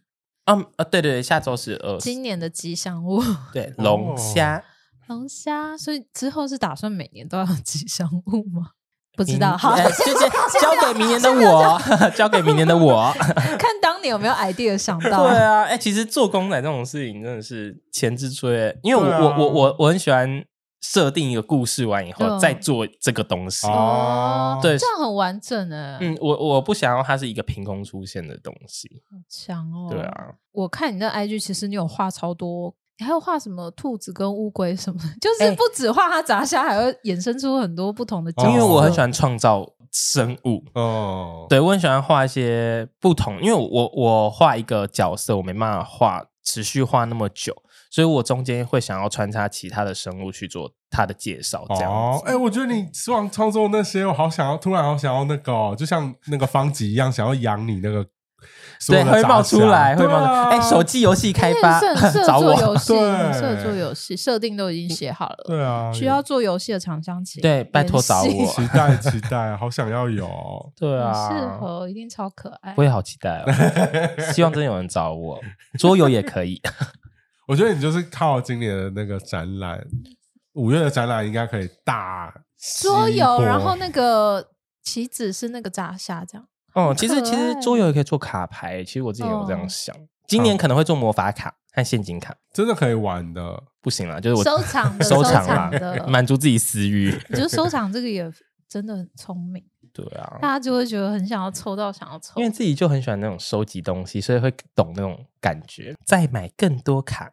B: 嗯呃，对对对，下周是二十
A: 今哦年的吉祥物
B: 对，龙虾、
A: 龙虾，所以之后是打算每年都要有吉祥物吗？不知道，
B: 明
A: 好，
B: 呃就就交给明年的我， 交给明年 的我。
A: 看当年有没有 idea 想
B: 对
A: 到。
B: 啊，哎、其实做公仔这种事情真的是前置作业，因为我、
C: 对啊
B: 我我我我很喜欢设定一个故事完以后
A: 对
B: 再做这个东西。
C: 哦，
B: 对
A: 这样很完整哎，
B: 嗯，我我不想要它是一个凭空出现的东西。
A: 好强哦。
B: 对，啊，
A: 我看你那 IG，其实你有画超多，你还有画什么兔子跟乌龟什么 的，就是
B: 哎
A: 不止画它杂虾，还会衍生出很多不同的角色。
B: 因为我很喜欢创造生物。
C: 哦，
B: 对，我很喜欢画一些不同，因为我我我画一个角色，我没办法画持续画那么久，所以我中间会想要穿插其他的生物去做它的介绍，这样
C: 哦
B: 子。，
C: 哎、我觉得你创创作那些，我好想要，突然好想要那个、哦，就像那个方吉一样，想要养你那个所
B: 对，
C: 有
B: 会
C: 的杂啊虾，
B: 冒出来，会冒出来。
C: 来。
B: 哎、手机游戏开发
A: 是很适
B: 找
A: 合做游
B: 我，
A: 戏，
C: 对
A: 很适合做游戏，设定都已经写好了。
C: 对啊，
A: 需要做游戏的厂商请
B: 对拜托找我
A: 联 系
C: 期待期待，好想要有哦。
B: 对
A: 很
B: 啊，
A: 适合，一定超可爱
B: 我。也好期待哦，希望真的有人找我，桌游也 可以。
C: 我觉得你就是靠今年的那个展览，五月的展览应该可以大吸
A: 桌游，
C: 波
A: 然后那个棋子是那个炸虾， 这样
B: 哦、其实
A: 可
B: 其实
A: 爱
B: 桌游也可以做卡牌，其实我之前有这样
A: 哦
B: 想，今
C: 嗯
B: 年可能会做魔法卡和陷阱卡，
C: 真的可以玩的，
B: 不行了，就是我
A: 收藏的
B: 收藏
A: 藏
B: 啦
A: 的，
B: 满足自己 私欲。
A: 我觉得收藏这个也真的很聪明，
B: 对啊
A: 大，家就会觉得很想要抽到，想要抽
B: 因。为自己就很喜欢那种收集东西，所以会懂那种感觉。再买更多 卡，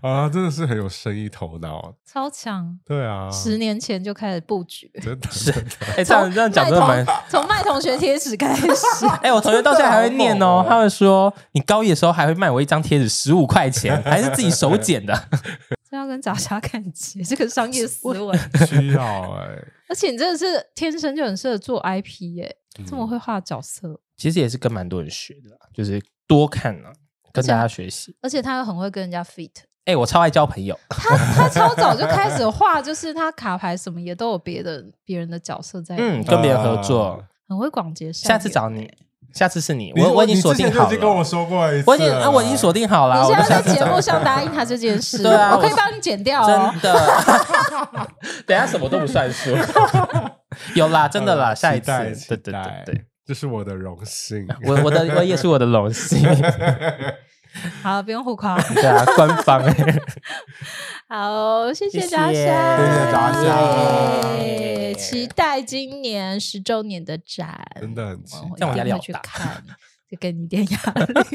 C: 啊，真的是很有生意头脑。
A: 超强，
C: 对啊，
A: 十年前就开始布局，
C: 真的
B: 是哎、这样这样 讲真的
A: 卖……
B: 蛮
A: 同 从卖同学贴纸开始，
B: 哎、我同学到现在还会念
C: 真的好
B: 哦
C: 猛哦，
B: 他们说你高一的时候还会卖我一张贴纸十五 块钱，还是自己手剪的。
A: 这要跟炸虾看齐，这个商业思维。
C: 需要哎、
A: 而且你真的是天生就很适合做 IP 耶、
C: 嗯
A: 这么会画角色，
B: 其实也是跟蛮多人学的啦，就是多看啊，跟大家学习。
A: 而且他又很会跟人家 fit。
B: 哎、我超爱交朋友，
A: 他他超早就开始画，就是他卡牌什么也都有别的别人的角色在里面，
B: 嗯，跟别人合作
C: 啊。
A: 很会广结善
B: 下
A: 缘。
B: 次找
A: 欸
B: 你，下次是你，
C: 你
B: 我我已
C: 你
B: 经锁
C: 之前
B: 定
C: 就
B: 好
C: 已经跟我
B: 了。
C: 说过一次了，
B: 我已经啊，我已经锁定好了。
A: 你
B: 我
A: 现
B: 就
A: 在
B: 下
A: 在
B: 次
A: 节
B: 找
A: 目
B: 你
A: 上答应他这件事，
B: 对啊
A: 我可以
B: 我
A: 帮你剪掉哦
B: 真。的， 等一下什么都不算数。有啦，真的啦，
C: 嗯
B: 下一
C: 期
B: 次
C: 待，
B: 对
C: 期
B: 对
C: 待
B: 对对，
C: 这是我的荣幸。
B: 我我的我也是我的荣幸，
A: 好，不用互 夸。
B: 对啊，官方。
A: 好，谢谢
B: 谢
A: 炸虾，
B: 谢谢
C: 炸虾
A: 耶期待今年十周年的展，
C: 真的很期
A: 我
B: 嗯这样我
A: 一
B: 压力
A: 定
B: 好
A: 会去
B: 大
A: 看，就给你一点压力。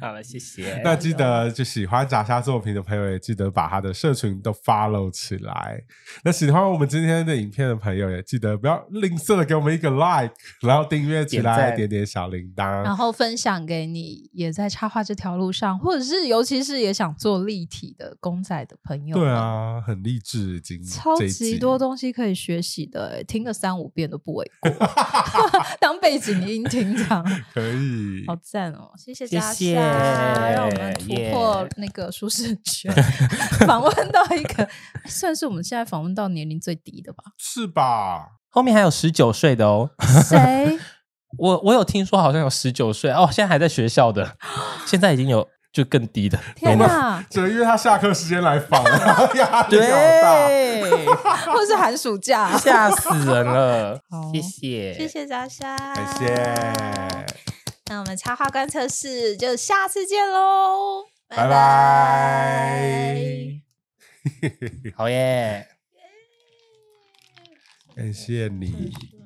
B: 好了，谢谢
C: 那记得就喜欢炸虾作品的朋友，也记得把他的社群都 follow 起来。那喜欢我们今天的影片的朋友，也记得不要吝啬的给我们一个 like，然后订阅起
B: 点
C: 来，
B: 赞
C: 点点小铃铛
A: 然。后分享给你也在插画这条路上，或者是尤其是也想做立体的公仔的朋友，
C: 对，啊，很励志，已经
A: 超
C: 这一
A: 级
C: 集
A: 多东西可以学习的、欸，听个三五遍都不为过， 当背景音听这样，
C: 可以
A: 好赞哦！谢谢
B: 谢
A: 嘉
B: 谢
A: 莎，让我们突破
B: 耶
A: 那个舒适圈，访问到一个算是我们现在访问到年龄最低的吧？
C: 是吧？
B: 后面还有十九岁的哦，
A: 谁？
B: 我我有听说好像有十九岁哦，现在还在学校的，现在已经有就更低 的，
A: 天哪！
C: 只能约他下课时间来 访，压力好大。，
A: 或是寒暑假？
B: 吓死人了
A: 好，
B: 谢谢，
A: 谢，谢嘉莎，
C: 感谢。
A: 那我们插画观测室就下次见喽，
C: 拜拜
B: 好耶。
C: 感谢你。